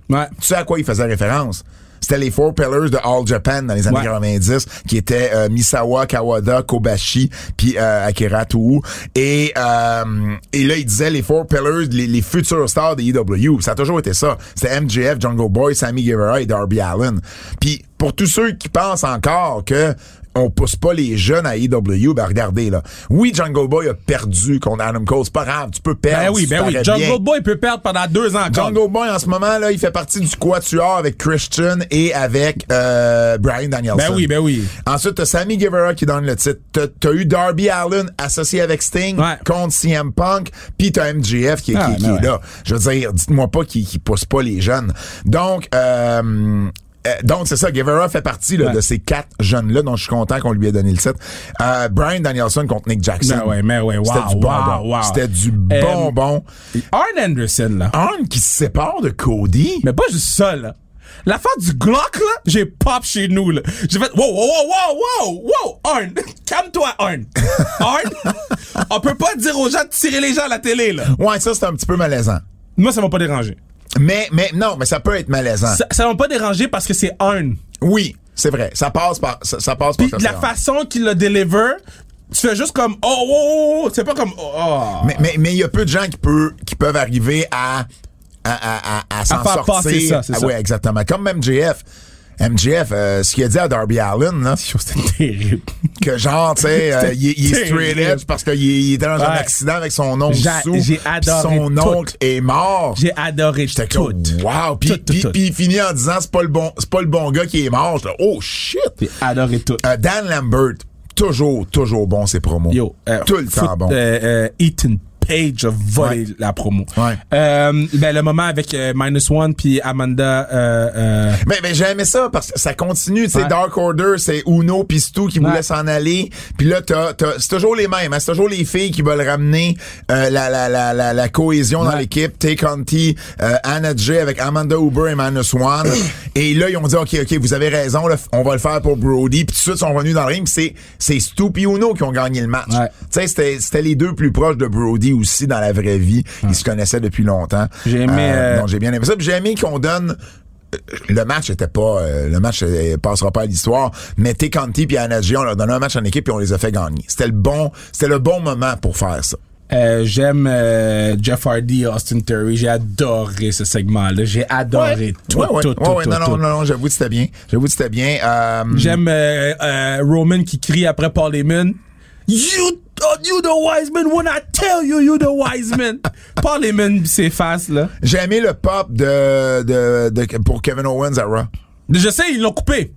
Ouais.
tu sais à quoi il faisait référence? C'était les Four Pillars de All Japan dans les années
Ouais.
90, qui étaient euh, Misawa, Kawada, Kobashi, puis euh, Akira Tohu. Et, euh, et là, il disait les Four Pillars, les, les futurs stars de EW. Ça a toujours été ça. C'était MJF, Jungle Boy, Sammy Guevara et Darby Allen. Puis pour tous ceux qui pensent encore que on pousse pas les jeunes à EW, ben regardez là. Oui, Jungle Boy a perdu contre Adam Cole, c'est pas grave, tu peux perdre.
Ben oui,
Ah, tu
ben oui.
parais bien.
Jungle Boy peut perdre pendant deux ans encore.
Jungle Boy, en ce moment, là, il fait partie du quatuor avec Christian et avec euh, Brian Danielson.
Ben oui, ben oui.
Ensuite, t'as Sammy Guevara qui donne le titre. T'as- T'as eu Darby Allen associé avec Sting
Ouais.
contre CM Punk. Puis t'as MGF qui, est-
Ah,
qui- qui
ben
est
ouais.
là. Je veux dire, dites-moi pas qu'il qu'il pousse pas les jeunes. Donc, euh, euh, donc c'est ça, Guevara fait partie là,
Ouais.
de ces quatre jeunes-là dont je suis content qu'on lui ait donné le titre. Euh, Brian Danielson contre Nick Jackson.
Ben ouais, mais ouais, wow,
C'était du
wow,
bonbon.
wow.
C'était du
Euh,
bonbon.
Arn Anderson, là.
Arn qui se sépare de Cody.
Mais pas juste ça, là. L'affaire du Glock, là, j'ai pop chez nous, là. J'ai fait, wow, wow, wow, wow, wow, wow, Arn, [LAUGHS] calme-toi, Arn. Arn,
[LAUGHS]
on peut pas dire aux gens de tirer les gens à la télé, là.
Ouais, ça, c'est un petit peu malaisant.
Moi, ça m'a pas dérangé.
Mais, mais non, mais ça peut être malaisant.
Ça ça m'a pas dérangé parce que c'est Arn.
Oui, c'est vrai. Ça passe par. Ça, ça passe
Puis
par
de la
ça.
façon qu'il le deliver, tu fais juste comme, oh, oh, oh, oh. c'est pas comme, oh, oh.
Mais mais- mais il y a peu de gens qui, peut, qui peuvent arriver à, à, à, à, à s'en
faire
sortir.
passer ça, c'est
ah,
ça.
Oui, exactement. Comme MJF. MJF, euh, ce qu'il a dit à Darby Allen,
[LAUGHS]
là,
C'était terrible.
que genre, tu sais, euh, il, est- il est
Terrible.
straight edge parce qu'il il était dans un
Ouais.
accident avec son oncle
J'ai-
sous,
j'ai
puis
adoré
Son
tout.
oncle est mort.
J'ai adoré
J'étais
tout.
comme, wow. Puis,
Tout, tout,
puis-
tout.
puis il finit en disant, c'est pas le bon, c'est pas le bon gars qui est mort. J'étais, oh shit.
J'ai adoré tout.
Euh, Dan Lambert, toujours, toujours bon ses promos.
Yo, euh,
Tout le
foot-
temps bon.
Euh, euh, Ethan Page a volé
Ouais.
la promo.
Ouais.
Euh, ben, le moment avec euh, Minus One puis Amanda. Euh, euh,
Mais, mais j'ai aimé ça parce que ça continue, tu sais,
Ouais.
Dark Order, c'est Uno puis Stu qui voulait
Ouais.
s'en aller, puis là t'as, t'as- c'est toujours les mêmes, hein, c'est toujours les filles qui veulent ramener euh, la, la, la, la, la cohésion dans
Ouais.
l'équipe, Tay Conti, euh, Anna Jay avec Amanda Uber et Manus
[CLEARS THROAT]
One, et là ils ont dit ok ok vous avez raison, là, on va le faire pour Brody, puis tout de suite ils sont revenus dans le ring, puis c'est c'est Stu puis Uno qui ont gagné le match.
Ouais.
Tu sais c'était c'était les deux plus proches de Brody aussi dans la vraie vie, ils se connaissaient depuis longtemps.
J'ai aimé, euh,
donc, j'ai bien aimé ça. Puis J'ai aimé qu'on donne. euh, Le match était pas. euh, le match euh, passera pas à l'histoire, mais Tekanti et Anaji, on leur donnait un match en équipe et on les a fait gagner. C'était le bon. C'était le bon moment pour faire ça.
euh, J'aime euh, Jeff Hardy, Austin Terry. J'ai adoré ce segment-là. J'ai adoré tout,
Ouais, ouais,
tout,
ouais,
tout,
ouais,
tout,
non,
tout.
non, non, non, j'avoue que c'était bien. J'avoue que c'était bien. Euh,
J'aime euh, euh, Roman qui crie après Paul Heyman. You, oh, you the wise man when I tell you you the wise
[LAUGHS]
man. Paul Heyman s'efface là.
J'ai aimé le pop de, de, de- pour Kevin Owens à Raw.
Je sais ils l'ont coupé.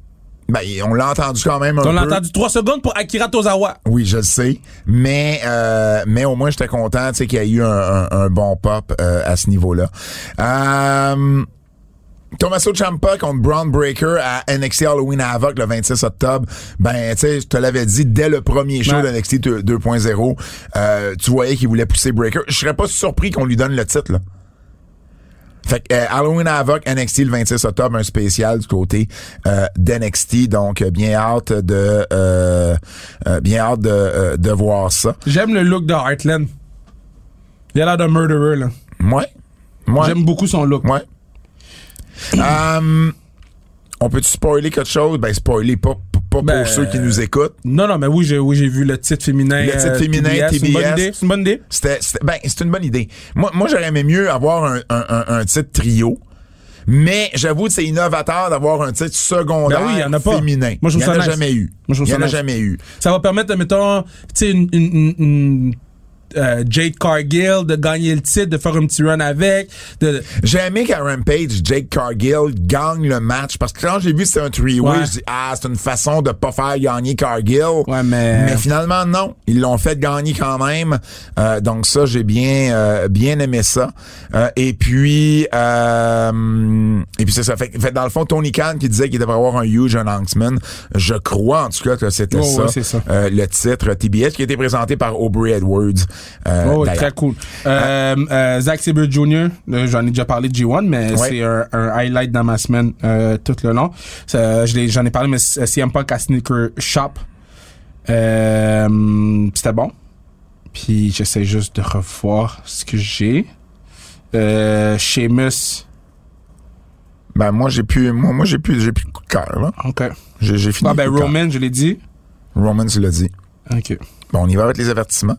Ben, on l'a entendu quand même un
On l'a
peu.
entendu 3 secondes pour Akira Tozawa.
Oui, je le sais. Mais, euh, mais au moins, j'étais content tu sais, qu'il y a eu un, un- un bon pop euh, à ce niveau-là. Euh, Tommaso Ciampa contre Braun Breaker à NXT Halloween Havoc le 26 octobre. Ben, tu sais, je te l'avais dit dès le premier show
Ouais.
de NXT 2.0, euh, tu voyais qu'il voulait pousser Breaker. Je serais pas surpris qu'on lui donne le titre, là. Fait que euh, Halloween Havoc, NXT le 26 octobre, un spécial du côté euh, d'NXT. Donc, euh, bien hâte de euh, euh, bien hâte de, euh, de voir ça.
J'aime le look de Heartland. Il a l'air d'un murderer, là.
Moi? Moi?
J'aime beaucoup son look.
Ouais. Hum, on peut-tu spoiler quelque chose? Ben, spoiler pas, pas- pas
Ben,
pour ceux qui nous écoutent.
Non, non, mais oui, j'ai oui, j'ai vu le titre féminin.
Le titre
euh,
féminin,
C'est une bonne
TBS.
idée. C'est une bonne idée.
C'était, c'était- ben, c'est une bonne idée. Moi, moi j'aurais aimé mieux avoir un, un- un- un titre trio. Mais j'avoue que c'est innovateur d'avoir un titre secondaire
Ben oui, y en a pas.
féminin.
Moi, je trouve
y en
ça
a
nice.
jamais eu.
Moi, je trouve
y en
ça
a
nice.
jamais eu.
Ça va permettre, mettons, tu sais, une, une, une- une, euh, Jade Cargill de gagner le titre, de faire un petit run avec. De,
J'ai aimé qu'à Rampage, Jake Cargill gagne le match parce que quand j'ai vu que c'était un three-way,
Ouais.
je dis ah c'est une façon de pas faire gagner Cargill.
Ouais, mais-
finalement non, ils l'ont fait gagner quand même. Euh, donc ça j'ai bien euh, bien aimé ça. Euh, et puis euh, et puis c'est ça. Fait, que- fait que dans le fond Tony Khan qui disait qu'il devrait avoir un huge announcement, je crois en tout cas que c'était
Oh,
ça,
ouais, c'est ça.
Euh, le titre TBS qui a été présenté par Aubrey Edwards Euh,
Oh, ouais,
d'ailleurs.
très cool. Euh, euh, Zach Sabre Jr., euh, j'en ai déjà parlé de G1, mais
Ouais.
c'est un, un highlight dans ma semaine euh, tout le long. Ça, je l'ai- J'en ai, parlé, mais c- CM Punk à Sneaker Shop, euh, c'était bon. Puis j'essaie juste de revoir ce que j'ai. Euh, Sheamus,
Ben, moi, j'ai plus, moi, moi, j'ai plus, j'ai plus de coup de cœur, là.
ok.
J'ai, j'ai fini.
Ah
le
ben
coup de cœur.
Roman, je l'ai dit.
Roman, tu l'as dit.
Ok.
Bon, on y va avec les avertissements.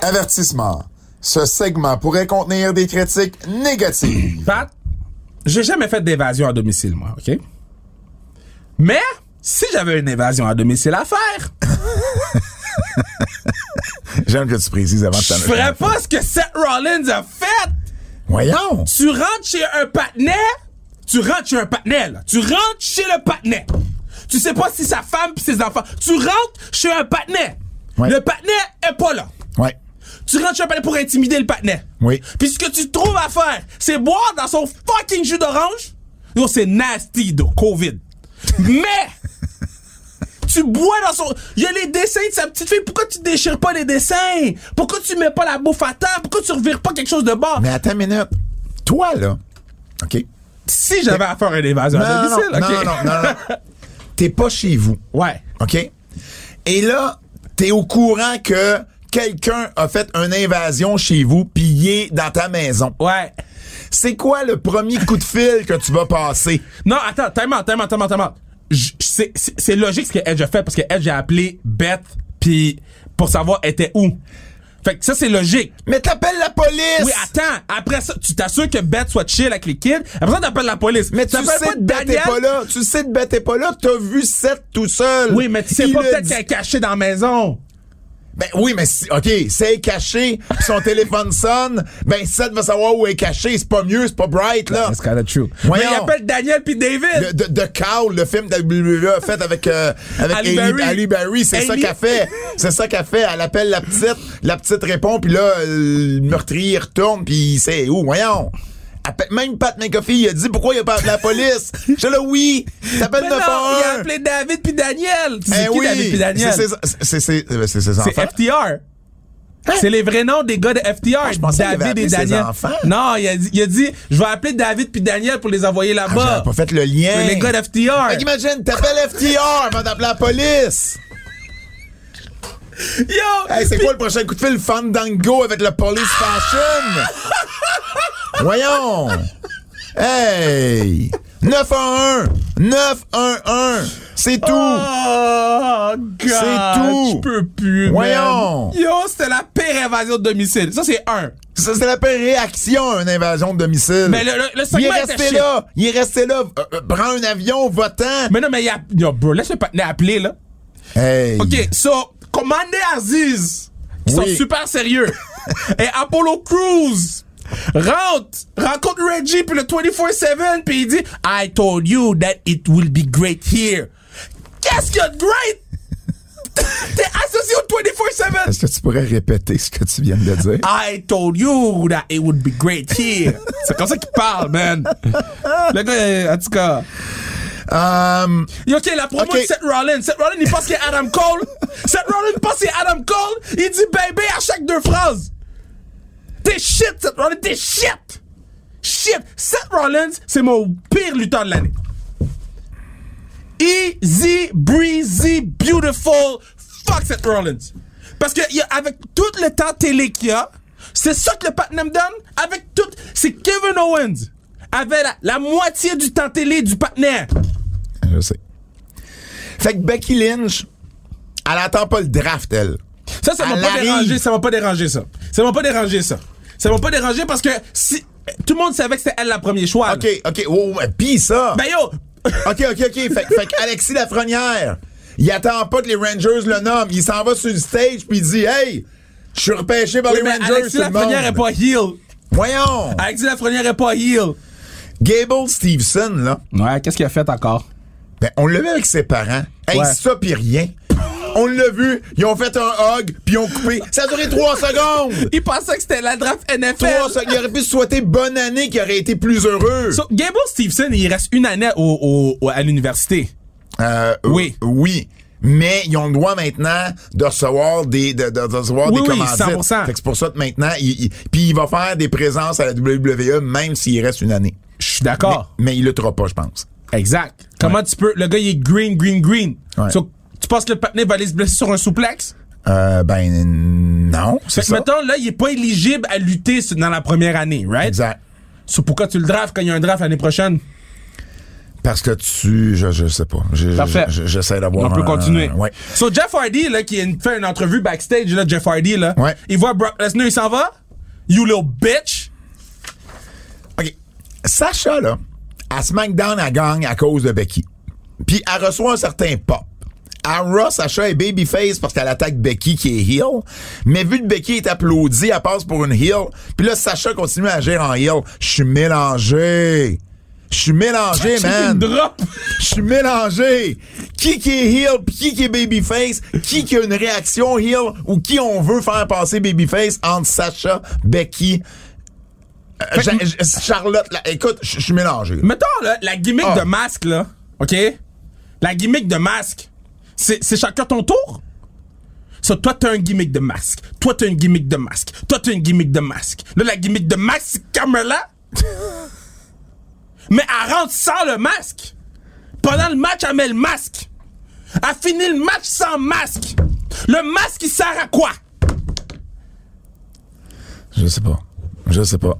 Avertissement. Ce segment pourrait contenir des critiques négatives.
Pat, j'ai jamais fait d'évasion à domicile, moi, OK? Mais si j'avais une évasion à domicile à faire,
[CLEARS THROAT] J'aime que tu précises avant de
je ferais pas ce que Seth Rollins a fait!
Voyons!
Tu rentres chez un patinet, tu rentres chez un patinet, là. Tu rentres chez le patinet. Tu sais pas si sa femme pis ses enfants. Tu rentres chez un patinet.
Ouais.
Le patinet est pas là.
Ouais.
Tu rentres chez un patinet pour intimider le patinet.
Oui.
Puis ce que tu trouves à faire, c'est boire dans son fucking jus d'orange. Yo, c'est nasty de COVID.
[LAUGHS]
Mais tu bois dans son. Il y a les dessins de sa petite fille. Pourquoi tu déchires pas les dessins? Pourquoi tu mets pas la bouffe à terre? Pourquoi tu revires pas quelque chose de bord?
Mais attends une minute. Toi, là. OK?
Si j'avais à faire une évasion
Non,
à
non,
domicile,
non, non,
ok.
non, non,
[LAUGHS]
non. T'es pas chez vous.
Ouais.
OK? Et là, t'es au courant que quelqu'un a fait une invasion chez vous, puis il est dans ta maison.
Ouais.
C'est quoi le premier coup de fil que tu vas passer?
Non, attends, time out, time out, time out, time out. J- C'est c'est- c'est logique ce que Edge a fait parce que Edge a appelé Beth puis pour savoir elle était où. Fait que ça, c'est logique.
Mais t'appelles la police!
Oui, attends. Après ça, tu t'assures que Beth soit chill avec les kids. Après ça, t'appelles la police.
mais tu sais
T'appelles
que Beth est pas là. Tu sais que Beth est pas là. T'as vu Seth tout seul.
Oui, mais tu sais
Il
pas
le
peut-être
dit-
qu'elle est cachée dans la maison.
Ben oui, mais si- OK, c'est caché, pis son téléphone sonne, ben Seth va savoir où est caché, c'est pas mieux, c'est pas bright, là.
of true.
Voyons.
Mais il appelle Daniel puis David.
Le- de, de Cowl, le film de WWE a fait avec, euh, avec
Ali
Ali,
Berry.
Ali Berry, c'est
Ali-
ça qu'elle fait. C'est ça qu'elle fait. Elle appelle la petite, la petite répond, puis là, euh, le meurtrier retourne, puis c'est où, voyons. Appelle- Même Pat McAfee, il a dit pourquoi il a pas appelé la
[LAUGHS]
police. Je là, oui, t'appelles
Mais non, il a
911.
appelé David puis Daniel. Tu sais
Eh
qui
oui,
David puis Daniel?
c'est ses- c'est ses- euh, c'est ses
C'est
enfants.
FTR. C'est les vrais noms des gars de FTR.
Hein? Ah, je pensais qu'il avait
David
appelé
et
ses
Daniel.
enfants.
Non, il a, dit, il a dit, je vais appeler David puis Daniel pour les envoyer
Ah, J'avais
là-bas.
pas fait le lien.
les gars de FTR.
Fait qu'imagine, t'appelles FTR avant d'appeler la police.
Yo!
Hey, c'est quoi le prochain coup de fil? Fandango avec la police
[LAUGHS]
fashion? Voyons! Hey! 911! 911! C'est tout!
Ah. Oh, God!
C'est tout.
Je peux plus, man.
Voyons.
Yo, c'était la pire invasion de domicile. Ça, c'est un.
Ça, c'est la pire réaction à une invasion de domicile.
Mais le- le- le segment
il est
était
resté
shit.
là! Il est resté là! Euh, euh, prends un avion, va-t'en!
Mais non, mais il y a... Yo, bro, laisse le patinet appeler, là.
Hey!
OK, so, Commander Aziz, qui
Oui.
sont super sérieux, [LAUGHS] et Apollo Crews rentre, rencontre Reggie, puis le 24-7, puis il dit « I told you that it will be great here. » Qu'est-ce qu'il y a de great? [LAUGHS] T'es associé au 24-7.
Est-ce que tu pourrais répéter ce que tu viens de dire?
I told you that it would be great here. [LAUGHS] C'est comme ça qu'il parle, man. Le gars, euh, en tout cas.
Um,
Et OK, la promo
Ok.
de Seth Rollins. Seth Rollins, il pense qu'il est Adam Cole. Seth Rollins pense qu'il est Adam Cole. Il dit bébé à chaque deux phrases. T'es shit, Seth Rollins, t'es shit. Shit. Seth Rollins, c'est mon pire lutteur de l'année. Easy, breezy, beautiful. Fuck Seth Rollins. Parce que il y a- avec tout le temps télé qu'il y a, c'est ça que le Patnam donne. Avec tout, c'est Kevin Owens. Avec la, la moitié du temps télé du Patnam.
je sais. Fait que Becky Lynch, elle attend pas le draft, elle.
Ça, ça m'a
Elle
pas
arrive.
dérangé, ça m'a pas dérangé, ça. Ça m'a pas dérangé, ça. Ça m'a pas dérangé parce que si. Tout le monde savait que c'était elle la premier choix. là.
OK, OK. Oh, ouais, pis ça!
Ben
[LAUGHS]
yo!
OK, OK, OK. Fait, fait que Alexis Lafrenière, il attend pas que les Rangers le nomment. Il s'en va sur le stage puis il dit Hey, je suis repêché par
Oui,
les
mais
Rangers.
Alexis
tout le
Lafrenière est
monde.
pas Ah. heel.
Voyons.
Alexis Lafrenière est pas heel.
Gable Stevenson, là,
Ouais, qu'est-ce qu'il a fait encore?
ben, on l'a vu avec ses parents. Hey,
Ouais.
ça pis rien. On l'a vu, ils ont fait un hug puis ils ont coupé. Ça a duré
[LAUGHS]
trois secondes.
Il pensait que c'était la draft
Trois
NFL.
secondes. Il aurait pu se souhaiter bonne année qui aurait été plus heureux.
So, Gable Stevenson, il reste une année au, au- au- à l'université.
Euh,
Oui.
euh, Oui. mais ils ont le droit maintenant de recevoir des, de, de- de recevoir
Oui,
des
oui,
commandites.
100%.
Fait que c'est pour ça que maintenant, il, il- puis il va faire des présences à la WWE même s'il reste une année.
Je suis d'accord.
Mais il luttera pas, je pense.
Exact. Comment tu peux. Le gars, il est green, green, green.
Ouais.
So, tu penses que le patinet va aller se blesser sur un souplex?
Euh, ben, non, c'est
Fait que,
ça.
mettons, là, il est pas éligible à lutter sur- dans la première année, right?
Exact.
So, pourquoi tu le drafts quand il y a un draft l'année prochaine?
Parce que tu, je, je sais pas. Je- je-
Parfait.
je- J'essaie d'avoir.
On peut
un-
continuer.
un- ouais.
So, Jeff Hardy, là, qui a une- fait une entrevue backstage, là, Jeff Hardy, là.
Ouais.
Il voit Brock Lesnar, il s'en va. You little bitch.
OK. Sacha, là, à SmackDown, elle gagne à cause de Becky. Puis elle reçoit un certain pop. À Raw, Sacha est babyface parce qu'elle attaque Becky qui est heel. Mais vu que Becky est applaudie, elle passe pour une heel. Puis là, Sacha continue à agir en heel. Je suis mélangé. Je suis mélangé,
Une
man.
drop.
Je suis mélangé. Qui qui est heel pis qui qui est babyface, qui qui a une réaction heel ou qui on veut faire passer babyface entre Sacha, Becky, euh, Ja- Ja- Charlotte. là. écoute, je je suis mélangé. là.
Mettons, là, la gimmick
Ah.
de masque, là. OK? La gimmick de masque, c'est c'est chacun ton tour? So, toi, t'as un gimmick de masque. Toi, t'as une gimmick de masque. Toi, t'as une gimmick de masque. Là, la gimmick de masque, c'est Carmela. [LAUGHS] Mais elle rentre sans le masque. Pendant le match, elle met le masque. Elle finit le match sans masque. Le masque, il sert à quoi?
Je sais pas. Je sais pas.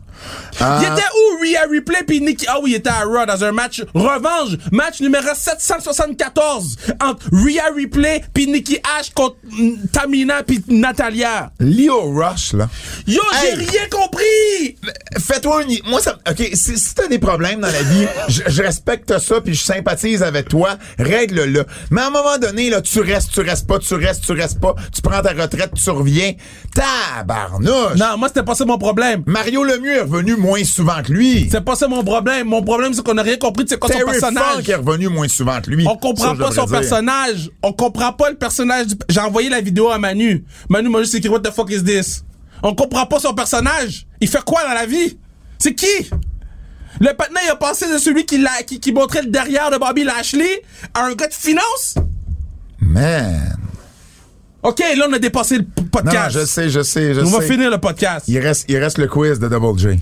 Euh,
Il était où Rhea Ripley puis Nikki? Ah oui, il était à Raw dans un match revanche, match numéro 774 entre Rhea Ripley puis Nikki Ash contre mm, Tamina puis Natalia.
Leo Rush, là.
Yo,
Hey!
j'ai rien compris.
Fais-toi une. Moi, ça. OK, si, si t'as des problèmes dans la vie, je, je respecte ça puis je sympathise avec toi. Règle-le. Mais à un moment donné, là, tu restes, tu restes pas, tu restes, tu restes pas. Tu prends ta retraite, tu reviens. Tabarnouche!
Non, moi c'était pas ça mon problème.
Mario Lemieux est revenu moins souvent que lui.
C'est pas ça mon problème. Mon problème c'est qu'on a rien compris de c'est quoi son
Terry Funk est
personnage.
revenu moins souvent que lui.
On comprend
Ça, je
pas son
devrais dire.
personnage. On comprend pas le personnage. du- J'ai envoyé la vidéo à Manu. Manu m'a juste écrit What the fuck is this? On comprend pas son personnage. Il fait quoi dans la vie? C'est qui? Le patin il a passé de celui qui, l'a- qui, qui montrait le derrière de Bobby Lashley à un gars de finance?
Man.
Ok, là on a dépassé le p-
Non, non,
podcast.
je sais, je sais, je
On
sais.
va finir le podcast.
Il reste, il reste le quiz de Double J.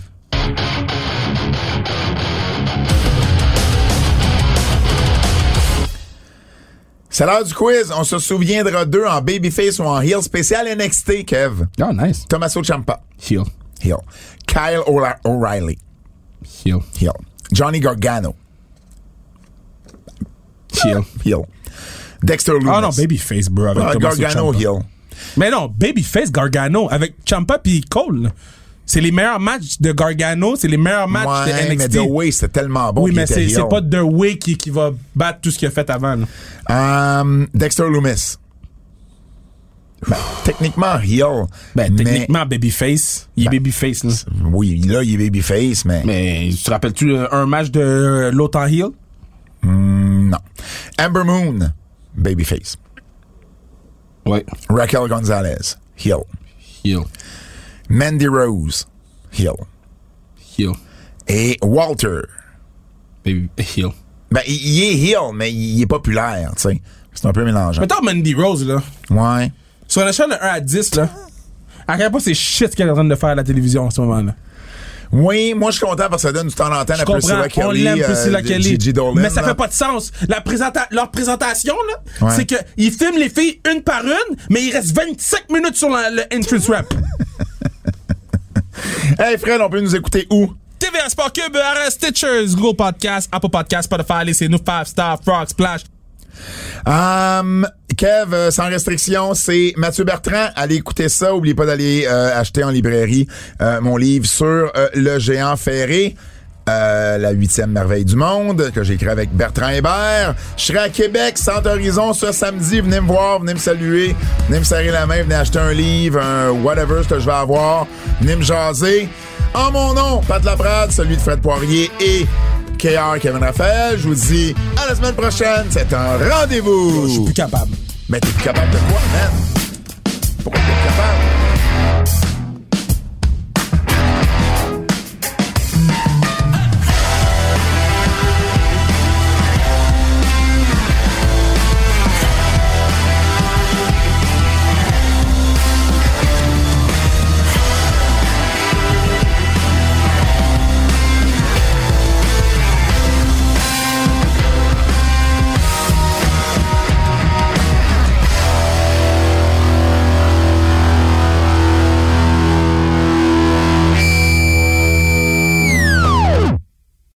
C'est l'heure du quiz. On se souviendra d'eux en babyface ou en heel spécial NXT, Kev.
Oh, nice.
Tommaso Ciampa,
Heal.
heel. Kyle O'La- O'Reilly,
Heal.
heel. Johnny Gargano,
Heal.
heel. Dexter Loomis.
Oh non, Babyface, bro. Avec
Ah,
Tommaso
Gargano,
Ciampa.
heel.
Mais non, Babyface Gargano avec Champa puis Cole. là. C'est les meilleurs matchs de Gargano, c'est les meilleurs
Ouais,
matchs de
mais
NXT.
The Way, c'était tellement bon.
oui,
qu'il
mais
était
c'est
heel.
c'est pas The Way qui, qui va battre tout ce qu'il a fait avant. là.
Um, Dexter Loomis. Ben, techniquement, heel.
Ben,
mais-
techniquement, Babyface, il est Babyface. Là.
Oui, là, il est babyface, mais,
Mais tu te rappelles-tu euh, un match de euh, l'Otan Hill?
non. Amber Moon, babyface.
Ouais.
Raquel Gonzalez, heel.
Hill.
Mandy Rose, heel.
Hill.
Et Walter.
Baby Hill.
Ben, il- il est heel, mais il est populaire, tu sais. C'est un peu mélangeant.
Mettons Mandy Rose, là.
Ouais.
Sur l'échelle de 1 à 10, là. À quel point c'est shit ce qu'elle est en train de faire à la télévision en ce moment-là.
Oui, moi, je suis content parce que ça donne du temps en temps
Je
à Priscilla
comprends, on
Kelly,
l'aime
euh,
Priscilla Kelly.
Gigi Dolan,
mais ça
là.
fait pas de sens. La présenta- leur présentation, là,
Ouais.
c'est qu'ils filment les filles une par une, mais il reste 25 minutes sur la- le entrance rap.
Hey, Fred, on peut nous écouter où?
TVA Sport Cube, RS Stitchers, Google Podcast, Apple Podcast, Spotify, laissez-nous 5 Star, Frog, Splash.
Um, Kev, euh, sans restriction, c'est Mathieu Bertrand. Allez écouter ça. Oubliez pas d'aller euh, acheter en librairie euh, mon livre sur euh, le géant ferré. euh, la huitième merveille du monde que j'ai écrit avec Bertrand Hébert. Je serai à Québec, Centre Horizon, ce samedi. Venez me voir, venez me saluer, venez me serrer la main, venez acheter un livre, un whatever ce que je vais avoir, venez me jaser. En mon nom, Pat Laprade, celui de Fred Poirier et KR Kevin Raphaël. Je vous dis à la semaine prochaine. C'est un rendez-vous.
Oh, Je suis plus capable.
Mais t'es plus capable de quoi, man? Pourquoi t'es plus capable?